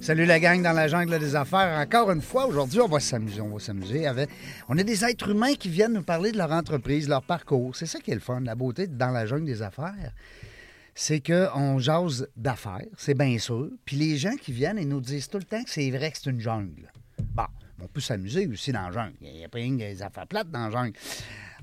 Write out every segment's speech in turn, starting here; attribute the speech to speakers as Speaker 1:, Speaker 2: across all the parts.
Speaker 1: Salut la gang dans la jungle des affaires. Encore une fois, aujourd'hui, on va s'amuser. On va s'amuser avec. On a des êtres humains qui viennent nous parler de leur entreprise, leur parcours. C'est ça qui est le fun, la beauté dans la jungle des affaires. C'est qu'on jase d'affaires, c'est bien sûr. Puis les gens qui viennent et nous disent tout le temps que c'est vrai que c'est une jungle. Bon, on peut s'amuser aussi dans la jungle. Il n'y a pas rien que des affaires plates dans la jungle.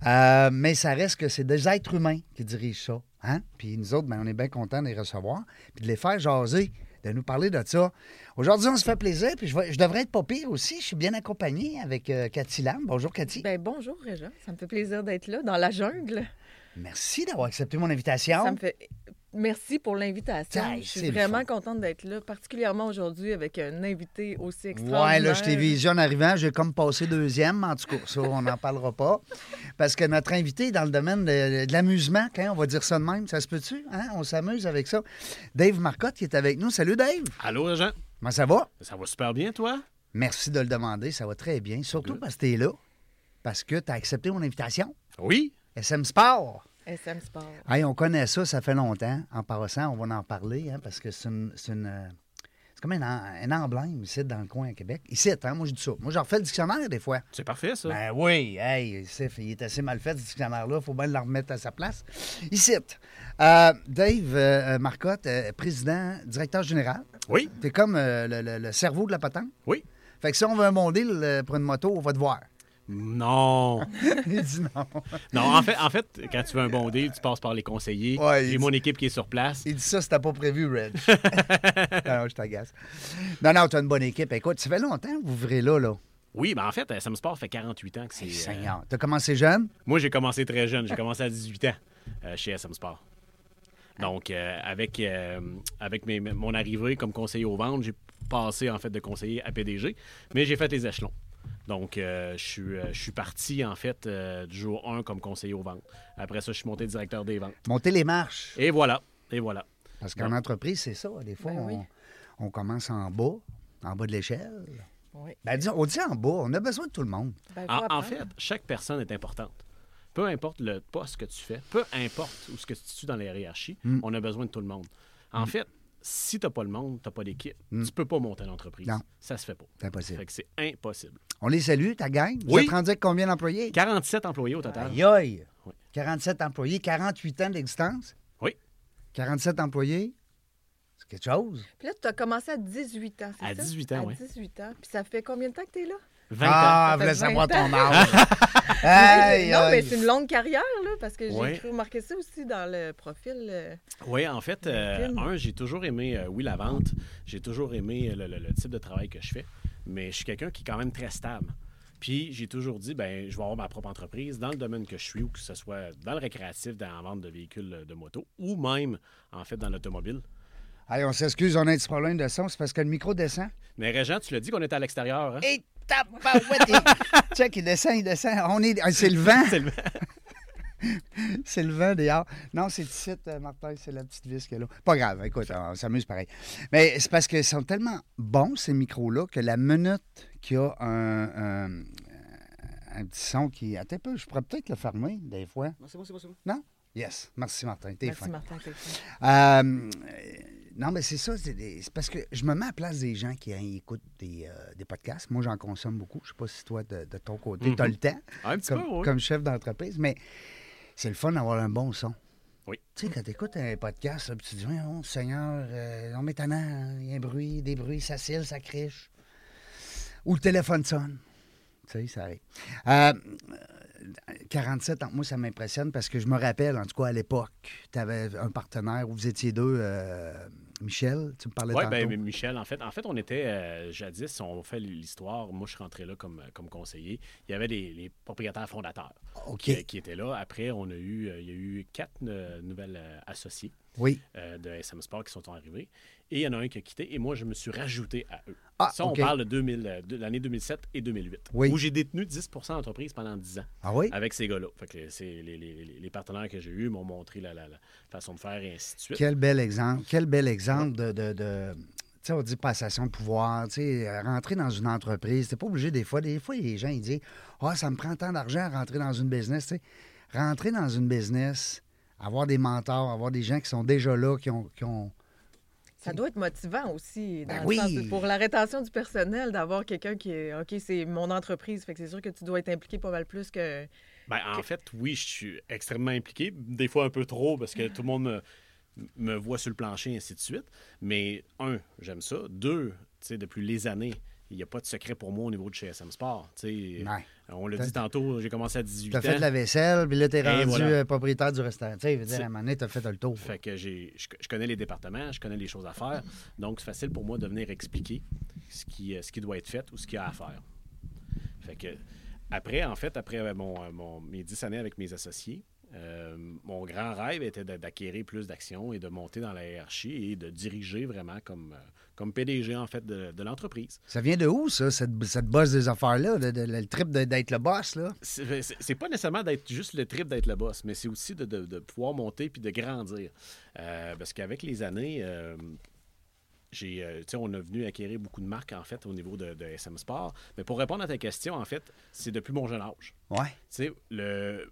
Speaker 1: Euh, mais ça reste que c'est des êtres humains qui dirigent ça. Hein? Puis nous autres, ben, on est bien contents de les recevoir puis de les faire jaser de nous parler de ça. Aujourd'hui, on se fait plaisir, puis je, vais- je devrais être pas pire aussi. Je suis bien accompagné avec euh, Cathy Lam. Bonjour, Cathy.
Speaker 2: Ben bonjour Réjean, ça me fait plaisir d'être là dans la jungle.
Speaker 1: Merci d'avoir accepté mon invitation.
Speaker 2: Ça me fait merci pour l'invitation.
Speaker 1: Hey,
Speaker 2: Je
Speaker 1: Ah c'est
Speaker 2: suis
Speaker 1: le
Speaker 2: vraiment
Speaker 1: fun.
Speaker 2: contente d'être là, particulièrement aujourd'hui avec un invité aussi extraordinaire.
Speaker 1: Ouais, là, je t'ai visé en arrivant. J'ai comme passé deuxième, en tout cas. Ça, on n'en parlera pas. Parce que notre invité est dans le domaine de, de l'amusement, quand on va dire ça de même. Ça se peut-tu? Hein? On s'amuse avec ça. Dave Marcotte qui est avec nous. Salut, Dave.
Speaker 3: Allô, Jean?
Speaker 1: Comment ça va?
Speaker 3: Ça va super bien, toi?
Speaker 1: Merci de le demander. Ça va très bien. Surtout parce que tu es là. Parce que tu as accepté mon invitation.
Speaker 3: Oui.
Speaker 1: SM Sport.
Speaker 2: SM Sport.
Speaker 1: Hey, on connaît ça, ça fait longtemps. En passant, on va en parler, hein, parce que c'est une. C'est une, euh, c'est comme un, en- un emblème ici dans le coin à Québec. Ici, hein, moi je dis ça. Moi, j'en refais le dictionnaire des fois.
Speaker 3: C'est parfait, ça.
Speaker 1: Ben oui, hey, c'est- il est assez mal fait ce dictionnaire-là, faut bien le remettre à sa place. Ici. Euh, Dave euh, euh, Marcotte, euh, président, directeur général.
Speaker 3: Oui.
Speaker 1: T'es comme euh, le, le- le cerveau de la patente.
Speaker 3: Oui.
Speaker 1: Fait que si on veut un bon deal euh, pour une moto, on va te voir.
Speaker 3: Non.
Speaker 1: il dit non.
Speaker 3: non, en fait, en fait, quand tu veux un bon deal, tu passes par les conseillers.
Speaker 1: Ouais, il
Speaker 3: J'ai
Speaker 1: dit-
Speaker 3: mon équipe qui est sur place.
Speaker 1: Il dit ça, c'était pas prévu, Reg. non, non, je t'agace. Non, non, t'as une bonne équipe. Écoute, ça fait longtemps que vous verrez là, là.
Speaker 3: Oui, ben en fait, SM Sport fait 48 ans que c'est.
Speaker 1: Hey,
Speaker 3: euh,
Speaker 1: Seigneur. T'as commencé jeune?
Speaker 3: Moi, j'ai commencé très jeune. J'ai commencé à 18 ans euh, chez SM Sport. Donc, euh, avec, euh, avec mes- mon arrivée comme conseiller aux ventes, j'ai passé en fait de conseiller à PDG, mais j'ai fait les échelons. Donc, euh, je suis euh, je suis parti en fait euh, du jour 1 comme conseiller aux ventes. Après ça, je suis monté directeur des ventes.
Speaker 1: Monter les marches.
Speaker 3: Et voilà, et voilà.
Speaker 1: Parce qu'en entreprise, c'est ça. Des fois,
Speaker 2: Ben
Speaker 1: on,
Speaker 2: oui.
Speaker 1: on commence en bas, en bas de l'échelle.
Speaker 2: Oui.
Speaker 1: Ben, disons- on dit en bas, on a besoin de tout le monde.
Speaker 2: Ben, faut
Speaker 3: Ah, En, en
Speaker 2: apprendre.
Speaker 3: fait, chaque personne est importante. Peu importe le poste que tu fais, peu importe où ce que tu te situes dans la hiérarchie,
Speaker 1: Hmm.
Speaker 3: on a besoin de tout le monde. En fait, si tu n'as pas le monde, tu n'as pas d'équipe, tu peux pas monter l'entreprise.
Speaker 1: Hmm. Non.
Speaker 3: Ça se fait pas.
Speaker 1: C'est impossible.
Speaker 3: Fait que c'est impossible.
Speaker 1: On les salue, ta gang. Vous
Speaker 3: Oui.
Speaker 1: êtes rendu avec combien d'employés?
Speaker 3: 47 employés au total.
Speaker 1: Aïe, aïe.
Speaker 3: Oui.
Speaker 1: 47 employés, 48 ans d'existence.
Speaker 3: Oui.
Speaker 1: 47 employés, c'est quelque chose.
Speaker 2: Puis là, tu as commencé à 18 ans, c'est
Speaker 3: À
Speaker 2: ça?
Speaker 3: 18 ans,
Speaker 2: à
Speaker 3: oui.
Speaker 2: 18 ans. Puis ça fait combien de temps que tu es là?
Speaker 3: 20 ans.
Speaker 1: ah,
Speaker 2: ans.
Speaker 1: vous voulez
Speaker 2: Ça fait
Speaker 1: savoir
Speaker 2: 20
Speaker 1: ton âge. Aïe,
Speaker 2: non, mais
Speaker 1: aïe.
Speaker 2: c'est une longue carrière, là, parce que j'ai
Speaker 3: Ouais.
Speaker 2: cru remarquer ça aussi dans le profil. euh,
Speaker 3: Oui, en fait, euh,
Speaker 2: Film.
Speaker 3: un, j'ai toujours aimé, euh, oui, la vente. J'ai toujours aimé euh, le, le- le type de travail que je fais. Mais je suis quelqu'un qui est quand même très stable. Puis j'ai toujours dit, ben, je vais avoir ma propre entreprise dans le domaine que je suis, ou que ce soit dans le récréatif, dans la vente de véhicules euh, de moto, ou même, en fait, dans l'automobile.
Speaker 1: Allez, on s'excuse, on a un petit problème de son, c'est parce que le micro descend.
Speaker 3: Mais Régent, tu l'as dit qu'on était à l'extérieur, hein?
Speaker 1: Et tabarouette! il- Check, il descend, il descend. On est... ah, C'est le vent!
Speaker 3: C'est le vent.
Speaker 1: c'est le vent dehors. Non, c'est ici, euh, Martin, c'est la petite vis que là. Pas grave, écoute, on s'amuse pareil. Mais c'est parce qu'ils sont tellement bons, ces micros-là, que la minute qu'il y a un, un- un petit son qui... Attends un peu, je pourrais peut-être le fermer, des fois. Non, c'est bon, c'est bon, c'est bon. Non? Yes. Merci, Martin. T'es
Speaker 2: Merci,
Speaker 1: fin.
Speaker 2: Martin. t'es fin.
Speaker 1: Euh, euh, non, mais c'est ça. C'est des- c'est parce que je me mets à la place des gens qui hein, écoutent des, euh, des podcasts. Moi, j'en consomme beaucoup. Je sais pas si toi, de, de ton côté, tu as le temps.
Speaker 3: Mm-hmm. Un petit
Speaker 1: comme,
Speaker 3: peu, oui.
Speaker 1: comme chef d'entreprise. Mais c'est le fun d'avoir un bon son.
Speaker 3: Oui.
Speaker 1: Tu sais, quand tu écoutes un podcast, là, puis tu te dis, oh, Seigneur, euh, on met tannant, hein, il y a un bruit, des bruits, ça cille, ça criche. Ou le téléphone sonne. Tu sais, ça arrive. Euh, 47 ans, moi, ça m'impressionne parce que je me rappelle, en tout cas, à l'époque, tu avais un partenaire où vous étiez deux, euh, Michel, tu me parlais
Speaker 3: Oui,
Speaker 1: tantôt.
Speaker 3: ben, Michel, en fait, en fait, on était euh, jadis, on fait l'histoire. Moi, je rentrais là comme, euh, comme conseiller. Il y avait des, les propriétaires fondateurs
Speaker 1: OK.
Speaker 3: euh, qui, qui étaient là. Après, on a eu, euh, il y a eu quatre euh, nouvelles euh, associées
Speaker 1: Oui.
Speaker 3: euh, de SM Sport qui sont arrivés. Et il y en a un qui a quitté et moi, je me suis rajouté à eux.
Speaker 1: Ah,
Speaker 3: Ça, on
Speaker 1: OK.
Speaker 3: parle de 2000, euh, de l'année 2007 et 2008,
Speaker 1: Oui.
Speaker 3: où j'ai détenu 10 d'entreprise pendant 10 ans
Speaker 1: Ah oui?
Speaker 3: avec ces gars-là. Fait que les, c'est- les- les- les- les partenaires que j'ai eus m'ont montré la, la- la façon de faire et ainsi de suite.
Speaker 1: Quel bel exemple. Quel bel exemple de. de, de- Tu sais, on dit passation de pouvoir, tu sais, euh, rentrer dans une entreprise, t'es pas obligé des fois. Des fois, les gens, ils disent Ah, ça me prend tant d'argent à rentrer dans une business. Tu sais, rentrer dans une business, avoir des mentors, avoir des gens qui sont déjà là, qui ont. qui ont-
Speaker 2: Ça doit être motivant aussi, dans
Speaker 1: Ben
Speaker 2: le
Speaker 1: oui.
Speaker 2: sens de- pour la rétention du personnel, d'avoir quelqu'un qui est OK, c'est mon entreprise, fait que c'est sûr que tu dois être impliqué pas mal plus que.
Speaker 3: Ben, en fait, oui, je suis extrêmement impliqué. Des fois, un peu trop, parce que tout le monde me, me voit sur le plancher, ainsi de suite. Mais, un, j'aime ça. Deux, tu sais, depuis les années, il n'y a pas de secret pour moi au niveau de chez SM Sport. Tu sais,
Speaker 1: Ouais.
Speaker 3: On l'a
Speaker 1: T'as-
Speaker 3: dit tantôt, j'ai commencé à 18
Speaker 1: T'as
Speaker 3: ans.
Speaker 1: fait de la vaisselle, puis là, t'es
Speaker 3: Et
Speaker 1: rendu
Speaker 3: voilà.
Speaker 1: euh, propriétaire du restaurant. Tu sais, je veux dire,
Speaker 3: C'est-
Speaker 1: à un moment donné, t'as fait le tour.
Speaker 3: Fait que j'ai, je, je connais les départements, je connais les choses à faire. Donc, c'est facile pour moi de venir expliquer ce qui, euh, ce qui doit être fait ou ce qu'il y a à faire. Fait que, après, en fait, après euh, mon, euh, mon- mes 10 années avec mes associés, euh, mon grand rêve était d'a- d'acquérir plus d'actions et de monter dans la hiérarchie et de diriger vraiment comme, euh, comme PDG, en fait, de, de l'entreprise.
Speaker 1: Ça vient de où, ça, cette, cette bosse des affaires-là, de- de- le trip de- d'être le boss, là?
Speaker 3: C'est c'est- c'est pas nécessairement d'être juste le trip d'être le boss, mais c'est aussi de, de- de pouvoir monter puis de grandir. Euh, parce qu'avec les années, euh, j'ai, euh, tu sais, on est venu acquérir beaucoup de marques, en fait, au niveau de, de SM Sport. Mais pour répondre à ta question, en fait, c'est depuis mon jeune âge.
Speaker 1: Ouais.
Speaker 3: Tu sais, le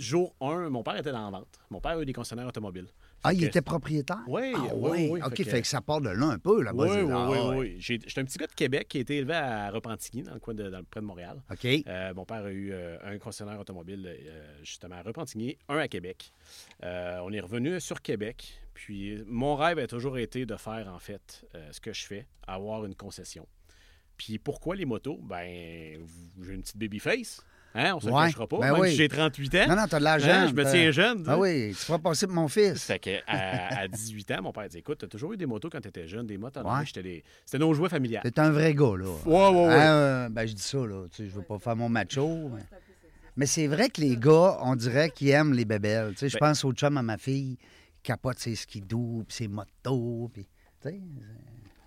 Speaker 3: jour 1, mon père était dans la vente. Mon père a eu des concessionnaires automobiles.
Speaker 1: Ah,
Speaker 3: Fait
Speaker 1: il
Speaker 3: que-
Speaker 1: était propriétaire?
Speaker 3: Oui,
Speaker 1: Ah, ouais.
Speaker 3: oui, oui, oui.
Speaker 1: OK, fait
Speaker 3: Fait
Speaker 1: que...
Speaker 3: que-
Speaker 1: ça part de là un peu, la
Speaker 3: Oui,
Speaker 1: bosse
Speaker 3: oui,
Speaker 1: des
Speaker 3: oui.
Speaker 1: Ah, ouais.
Speaker 3: oui. J'ai- J'étais un petit gars de Québec qui a été élevé à Repentigny, dans le coin de, dans- près de Montréal.
Speaker 1: OK.
Speaker 3: Euh, mon père a eu euh, un concessionnaire automobile, euh, justement, à Repentigny, un à Québec. Euh, on est revenu sur Québec. Puis euh, mon rêve a toujours été de faire, en fait, euh, ce que je fais, avoir une concession. Puis pourquoi les motos? Ben, vous- j'ai une petite babyface. Hein, on se le
Speaker 1: Ouais,
Speaker 3: cachera pas.
Speaker 1: ben
Speaker 3: Même
Speaker 1: oui.
Speaker 3: si j'ai 38 ans.
Speaker 1: Non, non, t'as de l'argent.
Speaker 3: hein, je me
Speaker 1: t'as-
Speaker 3: tiens jeune. tu
Speaker 1: Ah
Speaker 3: sais.
Speaker 1: oui, tu feras passer pour mon fils.
Speaker 3: Fait que, à, à 18 ans, mon père dit Écoute, t'as toujours eu des motos quand t'étais jeune, des motos.
Speaker 1: Ouais.
Speaker 3: C'était des... c'était nos jouets familiaux.
Speaker 1: T'es un vrai gars, là.
Speaker 3: Ouais, ouais, ouais.
Speaker 1: Hein, euh, ben, je dis ça, là. Tu sais, je veux pas faire mon macho. Mais, mais c'est vrai que les gars, on dirait qu'ils aiment les bébelles. Tu sais, je
Speaker 3: Ben-
Speaker 1: pense au chum à ma fille, qui capote ses skidoo, puis ses motos, puis... Tu sais, c'est-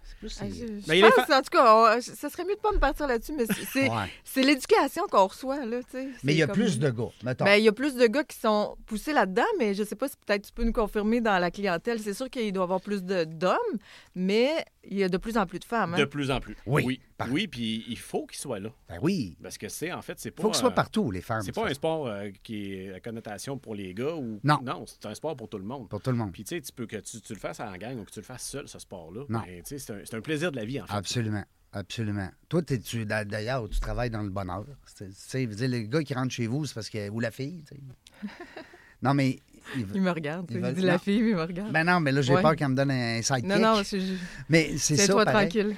Speaker 1: c'est plus...
Speaker 2: Ah,
Speaker 1: c'est-
Speaker 2: je- je
Speaker 3: Mais Ben, il est
Speaker 2: pense, en tout cas, on- ça serait mieux de pas me partir là-dessus, mais c'est- c'est
Speaker 1: Ouais.
Speaker 2: c'est l'éducation qu'on reçoit, là, tu sais.
Speaker 1: Mais il y a
Speaker 2: C'est comme-
Speaker 1: plus de gars, mettons.
Speaker 2: Ben, il y a plus de gars qui sont poussés là-dedans, mais je sais pas si peut-être tu peux nous confirmer dans la clientèle. C'est sûr qu'il doit y avoir plus de- d'hommes, mais il y a de plus en plus de femmes. hein.
Speaker 3: De plus en plus.
Speaker 1: Oui.
Speaker 3: Oui,
Speaker 1: Par-
Speaker 3: Oui, puis il faut qu'ils soient là.
Speaker 1: Ben oui.
Speaker 3: Parce que c'est, en fait, c'est pas.
Speaker 1: Faut que ce soit
Speaker 3: euh,
Speaker 1: partout, les femmes.
Speaker 3: C'est
Speaker 1: de
Speaker 3: pas
Speaker 1: toute
Speaker 3: un
Speaker 1: façon,
Speaker 3: sport euh, qui est à connotation pour les gars ou.
Speaker 1: Non.
Speaker 3: c'est un sport pour tout le monde.
Speaker 1: Pour tout le monde.
Speaker 3: Puis, tu sais, tu peux que tu, tu le fasses en gang ou que tu le fasses seul, ce sport-là.
Speaker 1: Non. Ah,
Speaker 3: Ben, tu sais, c'est un, c'est un plaisir de la vie, en fait.
Speaker 1: Absolument. Absolument. Toi, t'es- tu d'a- d'ailleurs, tu travailles dans le bonheur. C'est- Tu sais, je veux dire, les gars qui rentrent chez vous, c'est parce que. Ou la fille, tu sais. Non, mais. ils-
Speaker 2: Il me regarde.
Speaker 1: Ils
Speaker 2: tu sais,
Speaker 1: veulent-
Speaker 2: Il dit la
Speaker 1: non.
Speaker 2: fille, mais il me regarde.
Speaker 1: Ben non, mais là, j'ai
Speaker 2: Ouais.
Speaker 1: peur qu'elle me donne un sidekick.
Speaker 2: non, non, c'est juste-
Speaker 1: mais c'est ça.
Speaker 2: tiens-toi
Speaker 1: pareil.
Speaker 2: tranquille.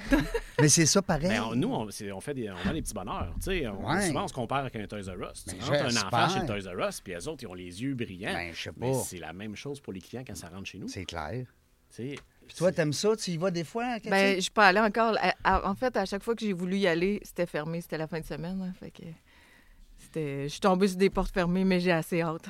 Speaker 1: Mais c'est ça pareil.
Speaker 3: Mais Ben, on- nous, on, c'est- on fait des, on vend des petits bonheurs. tu sais. On-
Speaker 1: ben. Ouais.
Speaker 3: Souvent, on se compare avec un Toys R Us. Tu
Speaker 1: Mais
Speaker 3: rentres un enfant chez
Speaker 1: j'espère.
Speaker 3: Toys R Us, puis les autres, ils ont les yeux brillants.
Speaker 1: Ben, je sais
Speaker 3: Mais
Speaker 1: pas.
Speaker 3: c'est la même chose pour les clients quand ça rentre chez nous.
Speaker 1: C'est clair.
Speaker 3: Tu sais,
Speaker 1: Puis toi,
Speaker 3: c'est-
Speaker 1: t'aimes ça? Tu y vas des fois? Cathy?
Speaker 2: Ben, je suis pas allée encore. À- à- en fait, à chaque fois que j'ai voulu y aller, c'était fermé. C'était la fin de semaine. hein, fait que c'était, je suis tombée sur des portes fermées, mais j'ai assez hâte.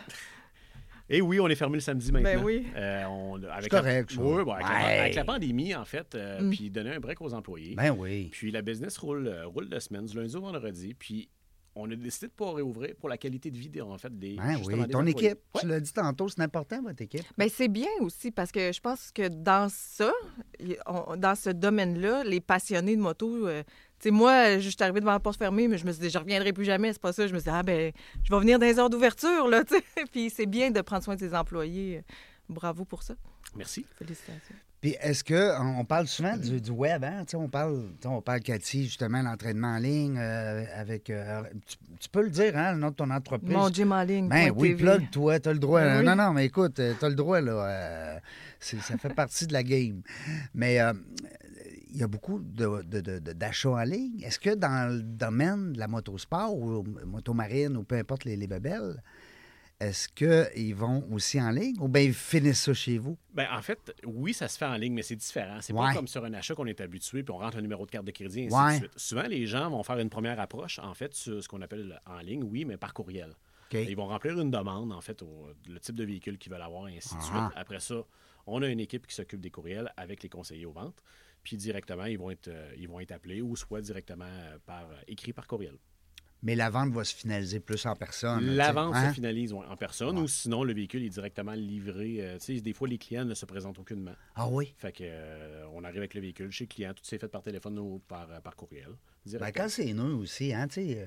Speaker 3: Et eh oui, on est fermé le samedi maintenant.
Speaker 2: Ben oui.
Speaker 3: Euh, on- avec
Speaker 1: C'est correct, ça.
Speaker 3: La... Ouais, bon, avec, la,
Speaker 1: Ouais.
Speaker 3: avec la pandémie, en fait, euh,
Speaker 2: Mm.
Speaker 3: puis donner un break aux employés.
Speaker 1: Ben oui.
Speaker 3: Puis la business roule, euh, roule de semaine, du lundi au vendredi. Puis on a décidé de pas réouvrir pour la qualité de vie, des- en fait, des.
Speaker 1: Ben
Speaker 3: justement,
Speaker 1: oui.
Speaker 3: des
Speaker 1: Ton
Speaker 3: employés.
Speaker 1: équipe,
Speaker 3: Ouais.
Speaker 1: tu l'as dit tantôt, c'est important, votre équipe.
Speaker 2: Mais Ben, c'est bien aussi parce que je pense que dans ça, y- on- dans ce domaine-là, les passionnés de moto, euh, tu sais, moi, je suis arrivée devant la porte fermée, mais je me suis dit, je reviendrai plus jamais, c'est pas ça. Je me suis dit, ah ben, je vais venir dans les heures d'ouverture, là, tu sais. Puis c'est bien de prendre soin de ses employés. euh, Bravo pour ça.
Speaker 3: Merci.
Speaker 2: Félicitations.
Speaker 1: Puis est-ce que hein, on on parle souvent du, du web, hein? Tu sais, on parle, tu sais, on parle Cathy justement l'entraînement en ligne euh, avec. euh, tu, tu peux le dire, hein, le nom de ton entreprise.
Speaker 2: Mon gym en ligne.
Speaker 1: ben
Speaker 2: point
Speaker 1: oui,
Speaker 2: TV.
Speaker 1: plug toi, t'as le droit. hein?
Speaker 2: Ben oui.
Speaker 1: Non, non, mais écoute, euh, t'as le droit là. euh, c'est- ça fait partie de la game. Mais euh, il y a beaucoup de- de- de- de- d'achats en ligne. Est-ce que dans le domaine de la motosport ou motomarine ou peu importe les, les bebelles, est-ce qu'ils vont aussi en ligne ou bien ils finissent ça chez vous?
Speaker 3: Ben, en fait, oui, ça se fait en ligne, mais c'est différent. C'est
Speaker 1: Ouais.
Speaker 3: pas comme sur un achat qu'on est habitué, puis on rentre un numéro de carte de crédit, ainsi
Speaker 1: Ouais.
Speaker 3: de suite. Souvent, les gens vont faire une première approche, en fait, sur ce qu'on appelle en ligne, oui, mais par courriel.
Speaker 1: OK.
Speaker 3: Ils vont remplir une demande, en fait, au- le type de véhicule qu'ils veulent avoir, et ainsi de
Speaker 1: Ah.
Speaker 3: suite. Après ça, on a une équipe qui s'occupe des courriels avec les conseillers aux ventes. Puis directement, ils vont être, euh, ils vont être appelés ou soit directement euh, par, euh, écrit par courriel.
Speaker 1: Mais la vente va se finaliser plus en personne. là,
Speaker 3: La
Speaker 1: tu sais,
Speaker 3: vente
Speaker 1: hein?
Speaker 3: se finalise ouais, en personne ou sinon le véhicule est directement livré. euh, tu sais, des fois, les clients ne se présentent aucunement.
Speaker 1: Ah oui?
Speaker 3: Fait que euh, on arrive avec le véhicule chez le client, tout s'est fait par téléphone ou par, euh, par courriel.
Speaker 1: Ben,
Speaker 3: Directement.
Speaker 1: quand c'est nous aussi, hein, tu sais. euh,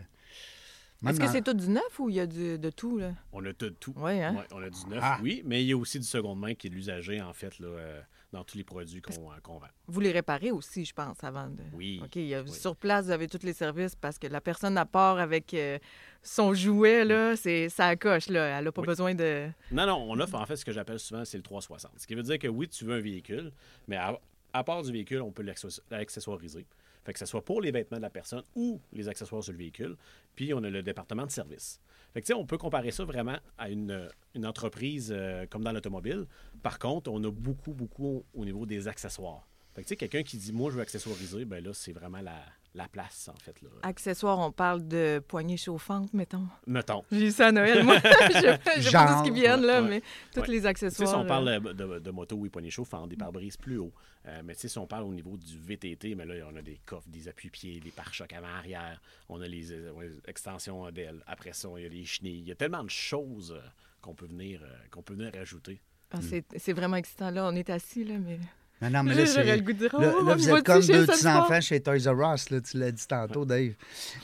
Speaker 1: même
Speaker 2: Est-ce que
Speaker 1: en-
Speaker 2: c'est tout du neuf ou il y a du- de tout, là?
Speaker 3: On a tout. tout.
Speaker 2: Ouais, hein?
Speaker 3: Ouais, on a du neuf,
Speaker 1: Ah!
Speaker 3: oui, mais il y a aussi du seconde main qui est l'usager, en fait, là, euh, dans tous les produits qu'on euh, qu'on vend.
Speaker 2: Vous les réparez aussi, je pense, avant de...
Speaker 3: Oui.
Speaker 2: OK, il y a-
Speaker 3: Oui.
Speaker 2: sur place, vous avez tous les services parce que la personne à part avec euh, son jouet, là, c'est ça coche, là. Elle n'a pas
Speaker 3: Oui.
Speaker 2: besoin de...
Speaker 3: Non, non, on offre en fait ce que j'appelle souvent c'est le 360. Ce qui veut dire que oui, tu veux un véhicule, mais à, à part du véhicule, on peut l'accesso- l'accessoiriser. Fait que ce soit pour les vêtements de la personne ou les accessoires sur le véhicule. Puis on a le département de service. Fait que tu sais, on peut comparer ça vraiment à une, une entreprise euh, comme dans l'automobile. Par contre, on a beaucoup, beaucoup au niveau des accessoires. Fait que tu sais, quelqu'un qui dit moi je veux accessoiriser, ben là, c'est vraiment la, la place en fait. Là.
Speaker 2: Ah. Accessoires, on parle de poignées chauffantes, mettons.
Speaker 3: Mettons.
Speaker 2: J'ai eu ça à Noël, moi. Je sais pas
Speaker 1: Genre,
Speaker 2: tout ce qui vient,
Speaker 3: ouais,
Speaker 2: là,
Speaker 3: ouais.
Speaker 2: mais tous
Speaker 3: Ouais.
Speaker 2: les
Speaker 3: Tu sais,
Speaker 2: accessoires.
Speaker 3: si on
Speaker 2: euh,
Speaker 3: parle de, de- de moto, oui, poignée chauffante, des pare-brises plus haut. Euh, mais tu sais, si on parle au niveau du VTT, mais là, on a des coffres, des appuis-pieds, des pare-chocs avant-arrière, on a les euh, ouais, extensions d'ailes. Après ça, il y a les chenilles. Il y a tellement de choses euh, qu'on peut, venir, euh, qu'on peut venir ajouter.
Speaker 2: ah, c'est- c'est vraiment excitant, là. On est assis, là, mais...
Speaker 1: Non,
Speaker 3: Ah,
Speaker 1: non, mais là, c'est-
Speaker 2: J'aurais le goût de dire,
Speaker 1: Là,
Speaker 2: oh,
Speaker 1: là, vous êtes
Speaker 2: moi aussi,
Speaker 1: comme
Speaker 2: j'ai
Speaker 1: deux
Speaker 2: ça le
Speaker 1: petits-enfants chez Toys R Us, là, tu l'as dit tantôt, Dave.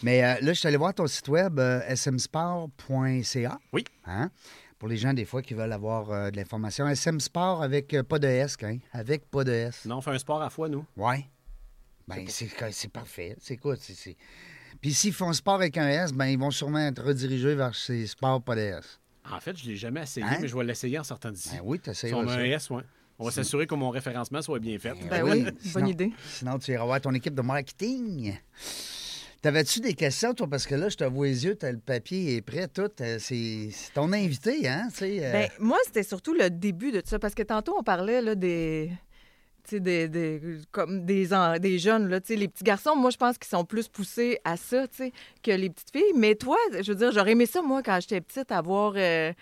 Speaker 1: Mais euh, là, je suis allé voir ton site web, euh, smsport.ca.
Speaker 3: Oui.
Speaker 1: Hein? Pour les gens, des fois, qui veulent avoir euh, de l'information. SM Sport avec euh, pas de S, hein? Avec pas de S.
Speaker 3: Non, on fait un sport à fois, nous.
Speaker 1: Ouais. Ben, c'est c'est parfait. C'est quoi? c'est- c'est- Puis s'ils font sport avec un S, ben, ils vont sûrement être redirigés vers ces sports pas de S.
Speaker 3: En fait, je ne l'ai jamais essayé,
Speaker 1: Hein?
Speaker 3: mais je vais l'essayer en sortant d'ici.
Speaker 1: Ben oui, t'essayeras
Speaker 3: Si on met
Speaker 1: ça.
Speaker 3: un S, ouais. On va s'assurer que mon référencement soit bien fait.
Speaker 2: Ben
Speaker 1: oui,
Speaker 2: oui,
Speaker 1: sinon-
Speaker 2: bonne idée.
Speaker 1: Sinon, tu iras voir ton équipe de marketing. T'avais-tu des questions, toi? Parce que là, je te vois les yeux, t'as le papier est prêt, tout. Euh, C'est c'est ton invité, hein? tu sais, euh,
Speaker 2: Ben, moi, c'était surtout le début de tout ça, parce que tantôt, on parlait là, des. tu sais, Des, des, comme des, en- des jeunes, là, tu sais, les petits garçons, moi, je pense qu'ils sont plus poussés à ça tu sais, que les petites filles. Mais toi, je veux dire, j'aurais aimé ça, moi, quand j'étais petite, avoir euh,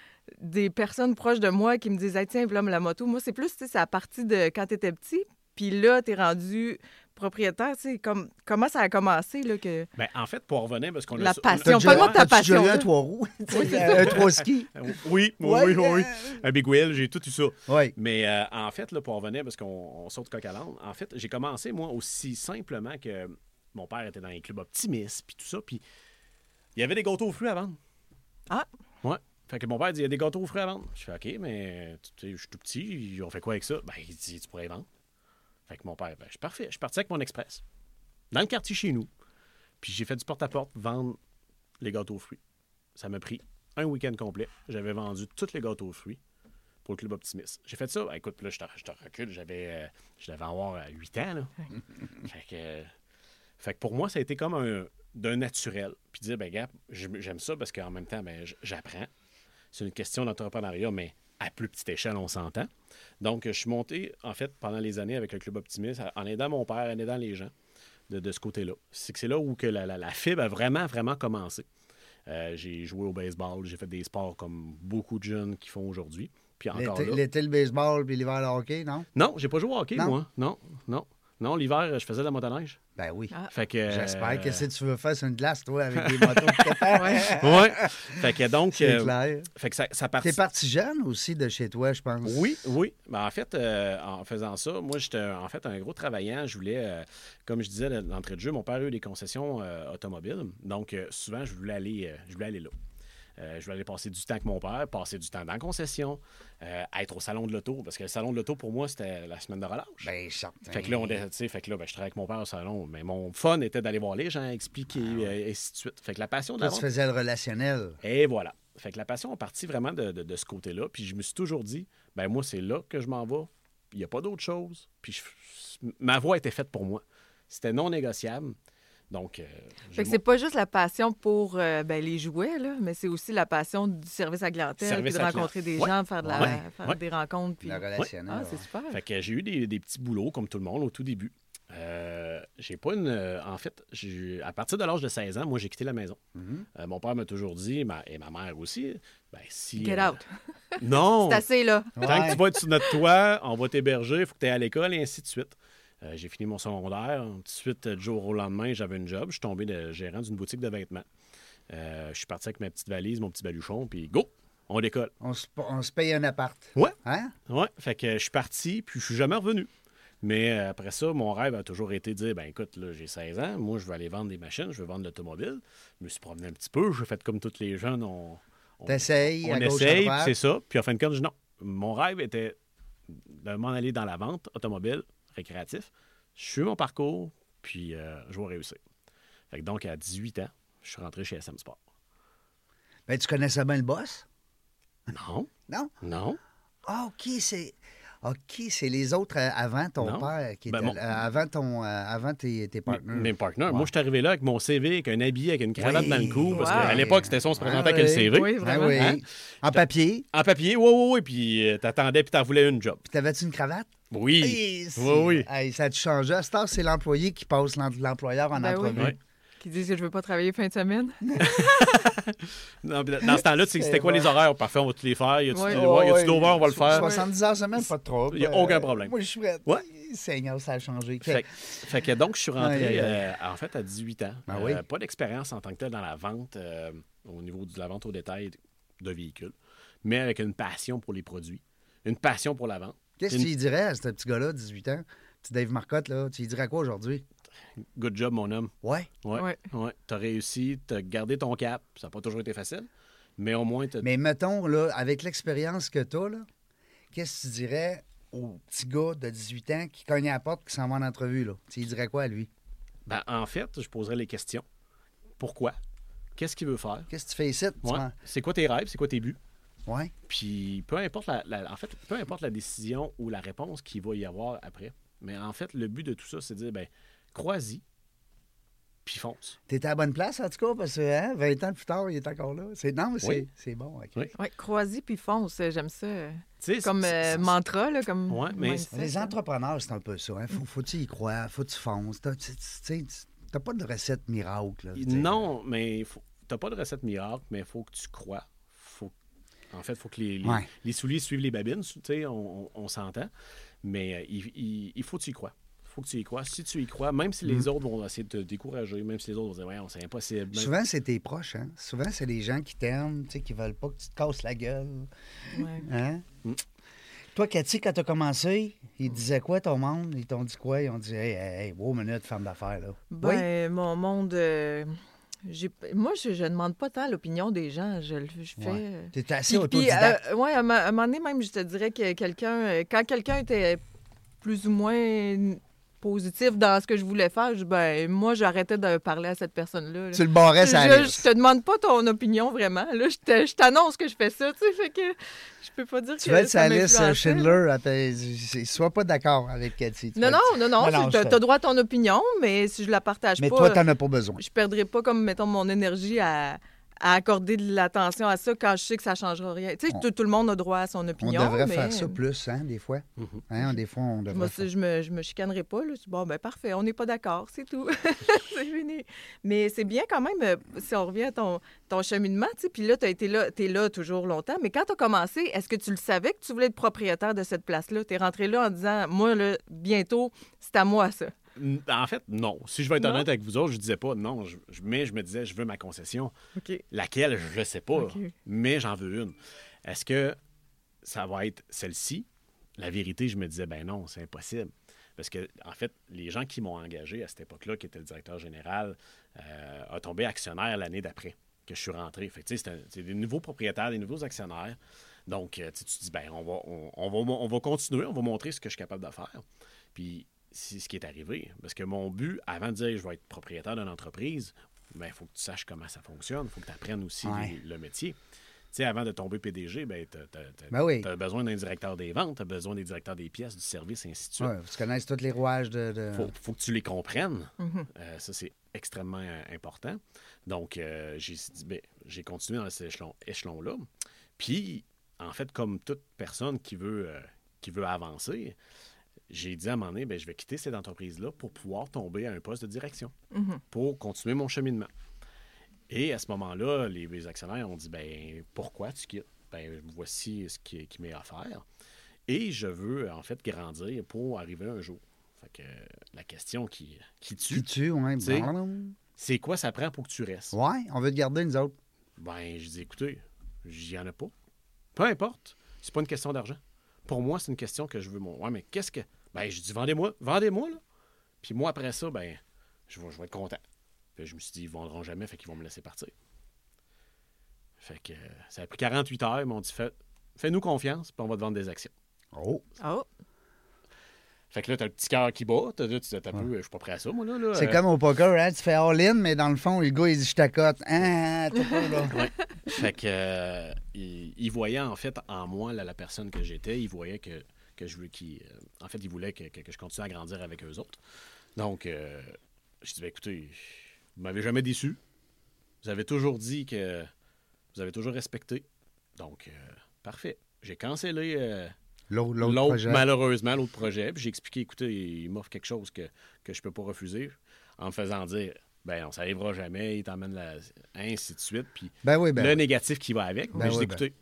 Speaker 2: des personnes proches de moi qui me disaient Hey, Tiens, voilà la moto. Moi, c'est plus, tu sais, c'est à partir de quand t'étais petit, puis là, t'es rendu propriétaire. tu sais, Comme, comment ça a commencé? Là, que...
Speaker 3: Ben, en fait, pour revenir, parce qu'on a...
Speaker 2: La
Speaker 3: on a-
Speaker 1: t'as
Speaker 2: passion. Si on
Speaker 1: déjà-
Speaker 2: parle de ta
Speaker 1: t'as-tu déjà eu
Speaker 2: passion,
Speaker 1: un
Speaker 2: là.
Speaker 1: trois roues, tu sais, un trois skis.
Speaker 3: Oui, oui, oui,
Speaker 1: Ouais,
Speaker 3: oui, oui.
Speaker 1: euh.
Speaker 3: Un Big Wheel, j'ai tout eu ça.
Speaker 1: Oui.
Speaker 3: Mais euh, en fait, là, pour revenir, parce qu'on on saute coq à l'âne, en fait, j'ai commencé, moi, aussi simplement que mon père était dans les clubs optimistes, puis tout ça, puis il y avait des gâteaux aux fruits à vendre.
Speaker 2: Ah,
Speaker 3: Ouais. Fait que mon père dit, il y a des gâteaux aux fruits à vendre. Je fais, OK, mais tu sais, je suis tout petit, on fait quoi avec ça? Ben, il dit, tu pourrais les vendre. Fait que mon père, ben, je suis parfait. Je suis parti avec mon express. Dans le quartier chez nous. Puis j'ai fait du porte-à-porte, vendre les gâteaux aux fruits. Ça m'a pris un week-end complet. J'avais vendu tous les gâteaux aux fruits pour le club optimiste. J'ai fait ça. Écoute, là, je te, je te recule. J'avais, euh, je devais avoir euh, 8 ans. Là. fait, que, euh, fait que pour moi, ça a été comme un, d'un naturel. Puis dire, ben gars, j'aime j'aime ça parce qu'en même temps, ben, j- j'apprends. C'est une question d'entrepreneuriat, mais à plus petite échelle, on s'entend. Donc, je suis monté, en fait, pendant les années avec le club optimiste, en aidant mon père, en aidant les gens de, de ce côté-là. C'est que c'est là où que la, la- la fibre a vraiment, vraiment commencé. Euh, j'ai joué au baseball, j'ai fait des sports comme beaucoup de jeunes qui font aujourd'hui. Puis encore
Speaker 1: L'été-
Speaker 3: là-
Speaker 1: L'été, le baseball, puis l'hiver, le hockey, non?
Speaker 3: non, j'ai pas joué au hockey,
Speaker 1: Non.
Speaker 3: moi. Non, non. Non, l'hiver, je faisais de la motoneige.
Speaker 1: Ben oui.
Speaker 2: Ah.
Speaker 3: Fait que. euh,
Speaker 1: J'espère. Qu'est-ce que tu veux faire sur une glace, toi, avec des motos que t'as?
Speaker 3: Ouais. Fait que donc.
Speaker 1: C'est
Speaker 3: euh,
Speaker 1: clair.
Speaker 3: Fait que ça, ça
Speaker 1: T'es
Speaker 3: partit.
Speaker 1: parti jeune aussi de chez toi, je pense.
Speaker 3: Oui, oui. Ben, en fait, euh, en faisant ça, moi, j'étais euh, en fait un gros travaillant. Je voulais, euh, comme je disais à l'entrée de jeu, mon père a eu des concessions euh, automobiles. Donc, euh, souvent, je voulais aller, euh, je voulais aller là. Euh, je voulais aller passer du temps avec mon père, passer du temps dans la concession, euh, être au salon de l'auto, parce que le salon de l'auto, pour moi, c'était la semaine de relâche.
Speaker 1: Ben, certain.
Speaker 3: Fait que là, on, est- tu sais, fait que là ben, je travaillais avec mon père au salon, mais mon fun était d'aller voir les gens, expliquer,
Speaker 1: Ben
Speaker 3: euh, et ainsi de suite. Fait que la passion de
Speaker 1: Toi,
Speaker 3: la
Speaker 1: tu
Speaker 3: vente-
Speaker 1: faisais le relationnel.
Speaker 3: Et voilà. Fait que la passion est partie vraiment de, de- de ce côté-là. Puis je me suis toujours dit, ben moi, c'est là que je m'en vais. Il n'y a pas d'autre chose. Puis je- ma voix était faite pour moi. C'était non négociable. Donc, euh, j'ai
Speaker 2: Fait que c'est pas juste la passion pour euh, ben, les jouets, là, mais c'est aussi la passion du service à clientèle, puis
Speaker 3: Service
Speaker 2: de
Speaker 3: à client-
Speaker 2: rencontrer des
Speaker 3: Ouais.
Speaker 2: gens, faire, de la,
Speaker 3: Ouais.
Speaker 2: faire
Speaker 3: Ouais.
Speaker 2: des rencontres. Puis...
Speaker 1: Le relationnel.
Speaker 2: Ah, c'est
Speaker 1: ouais.
Speaker 2: super.
Speaker 3: Fait que j'ai eu des, des petits boulots, comme tout le monde, au tout début. Euh, j'ai pas une. euh, en fait, j'ai- à partir de l'âge de 16 ans, moi, j'ai quitté la maison.
Speaker 2: Mm-hmm.
Speaker 3: Euh, mon père m'a toujours dit, ma- et ma mère aussi, ben, si.
Speaker 2: Get
Speaker 3: euh,
Speaker 2: out.
Speaker 3: Non!
Speaker 2: C'est assez, là.
Speaker 3: Tant que
Speaker 1: Ouais.
Speaker 3: tu vas être sur notre toit, on va t'héberger, il faut que tu ailles à l'école, et ainsi de suite. Euh, j'ai fini mon secondaire. Tout de suite, euh, du jour au lendemain, j'avais une job. Je suis tombé de gérant d'une boutique de vêtements. Euh, je suis parti avec ma petite valise, mon petit baluchon, puis go! On décolle.
Speaker 1: On se, on se paye un appart.
Speaker 3: Ouais.
Speaker 1: Hein?
Speaker 3: Ouais, fait que je suis parti, puis je suis jamais revenu. Mais euh, après ça, mon rêve a toujours été de dire ben écoute, là, j'ai 16 ans, moi, je vais aller vendre des machines, je vais vendre l'automobile. Je me suis promené un petit peu, j'ai fait comme tous les jeunes, on, on,
Speaker 1: T'essayes
Speaker 3: on
Speaker 1: à gauche,
Speaker 3: essaye,
Speaker 1: à
Speaker 3: puis
Speaker 1: droite.
Speaker 3: c'est ça. Puis en fin de compte, je dis non. Mon rêve était de m'en aller dans la vente automobile, récréatif. Je suis mon parcours, puis euh, je vais réussir. Fait que donc, à 18 ans, je suis rentré chez SM Sport.
Speaker 1: Ben, tu connaissais bien le boss?
Speaker 3: Non,
Speaker 1: Non?
Speaker 3: non.
Speaker 1: Ah, OK, c'est... OK, c'est les autres euh, avant ton
Speaker 3: Non.
Speaker 1: père qui
Speaker 3: Ben,
Speaker 1: étaient-
Speaker 3: mon-
Speaker 1: euh, avant ton euh, avant tes, tes
Speaker 3: Mes-
Speaker 1: partenaires.
Speaker 3: Mes partners.
Speaker 1: Ouais.
Speaker 3: Moi, je suis arrivé là avec mon CV, avec un habit, avec une cravate
Speaker 1: Oui.
Speaker 3: dans le cou. Parce
Speaker 2: Wow.
Speaker 3: qu'à l'époque, c'était ça, on se
Speaker 1: Ouais,
Speaker 3: présentait avec le
Speaker 1: ouais.
Speaker 3: CV.
Speaker 2: Oui,
Speaker 1: Ah
Speaker 2: vraiment.
Speaker 1: oui.
Speaker 3: Hein?
Speaker 1: En papier.
Speaker 3: En papier, oui, oui, oui. Puis euh, t'attendais, puis t'en voulais une job.
Speaker 1: Puis t'avais-tu une cravate?
Speaker 3: Oui.
Speaker 1: Eh, si.
Speaker 3: Oui, oui.
Speaker 1: Hey, ça te change. À cette heure, c'est l'employé qui passe l'en- l'employeur en
Speaker 2: Ben oui.
Speaker 1: entrevue.
Speaker 3: Ouais.
Speaker 2: Qui disent que je veux pas travailler fin de semaine.
Speaker 3: Non, puis dans ce temps-là, tu sais, c'était quoi
Speaker 1: bon.
Speaker 3: les horaires? Parfait, on va tous les faire. Y a-tu
Speaker 2: Oui.
Speaker 3: de- ouais, y a-tu
Speaker 1: Ouais,
Speaker 3: d'over? On va le faire.
Speaker 1: 70 heures semaine, pas de trouble.
Speaker 3: Il y a aucun problème.
Speaker 1: Moi, je suis prêt.
Speaker 3: Ouais.
Speaker 1: Seigneur, ça a changé.
Speaker 3: Fait, que- fait que donc, je suis rentré
Speaker 1: Aïe, aïe,
Speaker 3: euh, en fait à 18 ans. Euh,
Speaker 1: Ben oui.
Speaker 3: Pas d'expérience en tant que tel dans la vente, euh, au niveau de la vente au détail de véhicules, mais avec une passion pour les produits, une passion pour la vente.
Speaker 1: Qu'est-ce que
Speaker 3: une-
Speaker 1: tu lui dirais à ce petit gars-là, 18 ans? Petit Dave Marcotte, là, tu lui dirais quoi aujourd'hui?
Speaker 3: Good job, mon homme.
Speaker 1: Ouais.
Speaker 3: Ouais.
Speaker 2: Ouais.
Speaker 3: ouais. T'as réussi, t'as gardé ton cap. Ça n'a pas toujours été facile, mais au moins, t'as-
Speaker 1: Mais mettons, là, avec l'expérience que t'as, là, qu'est-ce que tu dirais au petit gars de 18 ans qui cogne à la porte, qui s'en va en entrevue, là? Tu lui dirais quoi à lui?
Speaker 3: Ben, en fait, je poserais les questions. Pourquoi? Qu'est-ce qu'il veut faire?
Speaker 1: Qu'est-ce que tu fais ici? Tu
Speaker 3: Ouais.
Speaker 1: m'en-
Speaker 3: C'est quoi tes rêves? C'est quoi tes buts?
Speaker 1: Ouais.
Speaker 3: Puis peu importe la, la- en fait, peu importe la décision ou la réponse qu'il va y avoir après. Mais en fait, le but de tout ça, c'est de dire ben, crois-y, puis fonce.
Speaker 1: T'étais à la bonne place, en tout cas, parce que hein, 20 ans plus tard, il est encore là. C'est... Non, mais c'est,
Speaker 3: Oui.
Speaker 1: c'est bon. OK.
Speaker 3: Oui.
Speaker 2: Ouais, croisy puis fonce, j'aime ça.
Speaker 3: Tu sais,
Speaker 2: Comme
Speaker 3: c'est-
Speaker 2: euh,
Speaker 3: c'est-
Speaker 2: mantra, là, comme...
Speaker 3: Ouais, mais
Speaker 2: mindset.
Speaker 1: Les entrepreneurs, c'est un peu ça. Hein. Faut, faut que tu y croire, faut que tu fonces. T'as, tu- tu- tu sais, t'as pas de recette miracle. là, tu sais.
Speaker 3: Non, mais faut- t'as pas de recette miracle, mais il faut que tu crois. Faut, en fait, il faut que les, les,
Speaker 1: Ouais.
Speaker 3: les souliers suivent les babines, tu sais, on, on- on s'entend. Mais euh, il, il- il faut que tu y crois. faut que tu y crois. Si tu y crois, même si les autres vont essayer de te décourager, même si les autres vont dire, ouais, c'est impossible. même-
Speaker 1: Souvent, c'est tes proches. Hein. Souvent, c'est les gens qui t'aiment, tu sais, qui veulent pas que tu te casses la gueule.
Speaker 2: Ouais.
Speaker 1: Hein?
Speaker 3: Mm.
Speaker 1: Toi, Cathy, quand t'as commencé, ils te disaient quoi, ton monde? Ils t'ont dit quoi? Ils ont dit, hey, hey, hey, wow, minute, femme d'affaires, là. oui?
Speaker 2: Ben, mon monde... euh, j'ai- Moi, je ne demande pas tant l'opinion des gens. Je, le- je fais...
Speaker 1: Ouais.
Speaker 2: euh,
Speaker 1: T'étais assez
Speaker 2: Puis- puis,
Speaker 1: autodidacte.
Speaker 2: euh, ouais, à, ma- à un moment donné, même, je te dirais que quelqu'un, euh, quand quelqu'un était plus ou moins positif dans ce que je voulais faire, je- ben, moi, j'arrêtais de parler à cette personne-là. là.
Speaker 1: Tu le barrais, ça
Speaker 2: euh, Je, je te demande pas ton opinion vraiment. Là, je te- je t'annonce que je fais ça, tu sais, fait que je peux pas dire que
Speaker 1: Tu vas être
Speaker 2: ça
Speaker 1: sa liste
Speaker 2: m'influençait.
Speaker 1: Schindler. après, c'est- Sois pas d'accord avec Cathy. tu
Speaker 2: Non,
Speaker 1: vas
Speaker 2: non,
Speaker 1: dire.
Speaker 2: non,
Speaker 1: Non,
Speaker 2: non,
Speaker 1: non,
Speaker 2: c'est- t'as
Speaker 1: je-
Speaker 2: t'as droit à ton opinion, mais si je la partage
Speaker 1: Mais
Speaker 2: pas,
Speaker 1: toi, t'en as pas besoin.
Speaker 2: je perdrai pas comme mettons mon énergie à, à accorder de l'attention à ça quand je sais que ça changera rien. Tu sais,
Speaker 1: On-
Speaker 2: tout, tout le monde a droit à son
Speaker 1: On
Speaker 2: opinion.
Speaker 1: devrait
Speaker 2: mais-
Speaker 1: faire ça plus, hein, des fois.
Speaker 3: Mm-hmm.
Speaker 1: Hein, des fois, on
Speaker 2: Je me,
Speaker 1: devrait. faire-
Speaker 2: je, me, je me chicanerai pas. Là. Je dis, Bon, ben parfait, on n'est pas d'accord, c'est tout. c'est fini. Mais c'est bien quand même, euh, si on revient à ton, ton cheminement, tu sais, puis là, tu as été là, t'es là toujours longtemps. Mais quand tu as commencé, est-ce que tu le savais que tu voulais être propriétaire de cette place-là? Tu es rentré là en disant, moi, là, bientôt, c'est à moi, ça.
Speaker 3: N- En fait, non. Si je vais être
Speaker 2: Non?
Speaker 3: honnête avec vous autres, je disais pas non, je- je- mais je me disais, je veux ma concession.
Speaker 2: OK.
Speaker 3: Laquelle, je ne sais pas,
Speaker 2: Ok.
Speaker 3: mais j'en veux une. Est-ce que ça va être celle-ci? La vérité, je me disais, ben non, c'est impossible. Parce que, en fait, les gens qui m'ont engagé à cette époque-là, qui était le directeur général, euh, a tombé actionnaire l'année d'après que je suis rentré. Fait que, tu sais, c'est un- c'est des nouveaux propriétaires, des nouveaux actionnaires. Donc, euh, tu sais, tu te dis, ben, on va, on, on va, on va continuer, on va montrer ce que je suis capable de faire. Puis, c'est ce qui est arrivé. Parce que mon but, avant de dire, je vais être propriétaire d'une entreprise, ben, il faut que tu saches comment ça fonctionne. Il faut que tu apprennes aussi
Speaker 1: Ouais.
Speaker 3: les- le métier. Tu sais, avant de tomber PDG, ben, tu as,
Speaker 1: Ben oui.
Speaker 3: besoin d'un directeur des ventes, tu as besoin des directeurs des pièces, du service, ainsi de suite.
Speaker 1: Ouais, tu connaisses tous les rouages de. de-
Speaker 3: faut, faut que tu les comprennes. Euh, ça, c'est extrêmement euh, important. Donc, euh, j'ai dit, ben, j'ai continué dans cet échelon, échelon-là. Puis, en fait, comme toute personne qui veut, euh, qui veut avancer, j'ai dit à un moment donné, ben, je vais quitter cette entreprise-là pour pouvoir tomber à un poste de direction, pour continuer mon cheminement. Et à ce moment-là, les, les actionnaires ont dit, ben, pourquoi tu quittes? Ben, voici ce qui, qui m'est offert. Et je veux, en fait, grandir pour arriver un jour. Fait que euh, la question qui, qui
Speaker 1: Qui
Speaker 3: tue,
Speaker 1: tue, ouais.
Speaker 3: Tu sais.
Speaker 1: blum.
Speaker 3: c'est quoi ça prend pour que tu restes?
Speaker 1: Ouais, on veut te garder, nous autres.
Speaker 3: Ben, je dis, écoutez, j'y en ai pas. Peu importe. C'est pas une question d'argent. Pour moi, c'est une question que je veux mon. Ouais, mais qu'est-ce que. Ben, je dis, vendez-moi, vendez-moi, là. Puis moi, après ça, ben, je vais, je vais être content. Puis je me suis dit, ils vendront jamais, fait qu'ils vont me laisser partir. Fait que euh, ça a pris 48 heures, ils m'ont dit, Fais- fais-nous confiance, puis on va te vendre des actions.
Speaker 1: Oh.
Speaker 2: Oh,
Speaker 3: Fait que là, t'as le petit cœur qui bat, t'as là, tu t'as t'as peu, je suis pas prêt à ça, moi, là. là.
Speaker 1: C'est
Speaker 3: Euh,
Speaker 1: comme au poker, hein? Tu fais all-in, mais dans le fond, le gars, il dit je t'accote. Ah, t'as pas là.
Speaker 3: Fait que, euh, il, il voyait en fait en moi la, la personne que j'étais. Il voyait que, que je voulais qu'il- euh, en fait, il voulait que, que- que je continue à grandir avec eux autres. Donc, euh, je dis, Ben, écoutez, vous m'avez jamais déçu. Vous avez toujours dit que vous avez toujours respecté. Donc, euh, parfait. J'ai cancellé euh,
Speaker 1: L'autre, l'autre
Speaker 3: l'autre,
Speaker 1: projet.
Speaker 3: malheureusement, l'autre projet. Puis j'ai expliqué, écoutez, il m'offre quelque chose que, que je peux pas refuser en me faisant dire, ben, on s'arrivera jamais, il t'emmène la... ainsi de suite. Puis
Speaker 1: Ben oui, ben.
Speaker 3: le
Speaker 1: oui.
Speaker 3: négatif qui va avec.
Speaker 1: Ben
Speaker 3: mais je
Speaker 1: oui,
Speaker 3: dis, écoutez,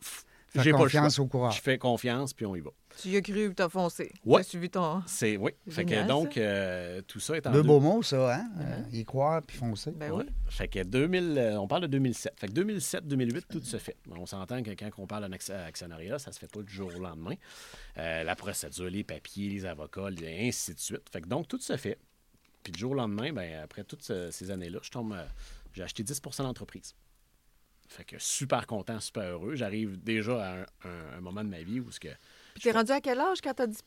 Speaker 3: pff,
Speaker 1: Fais
Speaker 3: j'ai pas le
Speaker 1: confiance
Speaker 3: choix.
Speaker 1: au coureur.
Speaker 3: Je fais confiance, puis on y va.
Speaker 2: tu y as cru, t'as foncé.
Speaker 3: Ouais.
Speaker 2: T'as suivi ton...
Speaker 3: C'est, oui. Fait que
Speaker 2: Génial,
Speaker 3: donc,
Speaker 2: ça.
Speaker 3: euh, tout ça est en
Speaker 1: Deux
Speaker 3: deux-
Speaker 1: beaux mots, ça, hein? Euh, y croire puis foncer.
Speaker 2: Ben
Speaker 3: Ouais.
Speaker 2: oui.
Speaker 3: Fait que 2000, euh, on parle de 2007. Fait que 2007, 2008, tout se fait. On s'entend que quand on parle d'un acc- actionnariat, ça se fait pas du jour au lendemain. Euh, la procédure, les papiers, les avocats, les- ainsi de suite. Fait que donc, tout se fait. Puis du jour au lendemain, ben, après toutes ce- ces années-là, je tombe, euh, j'ai acheté 10 d'entreprise. Fait que super content, super heureux. J'arrive déjà à un, un- un moment de ma vie où ce que
Speaker 2: Puis t'es rendu à quel âge quand t'as 10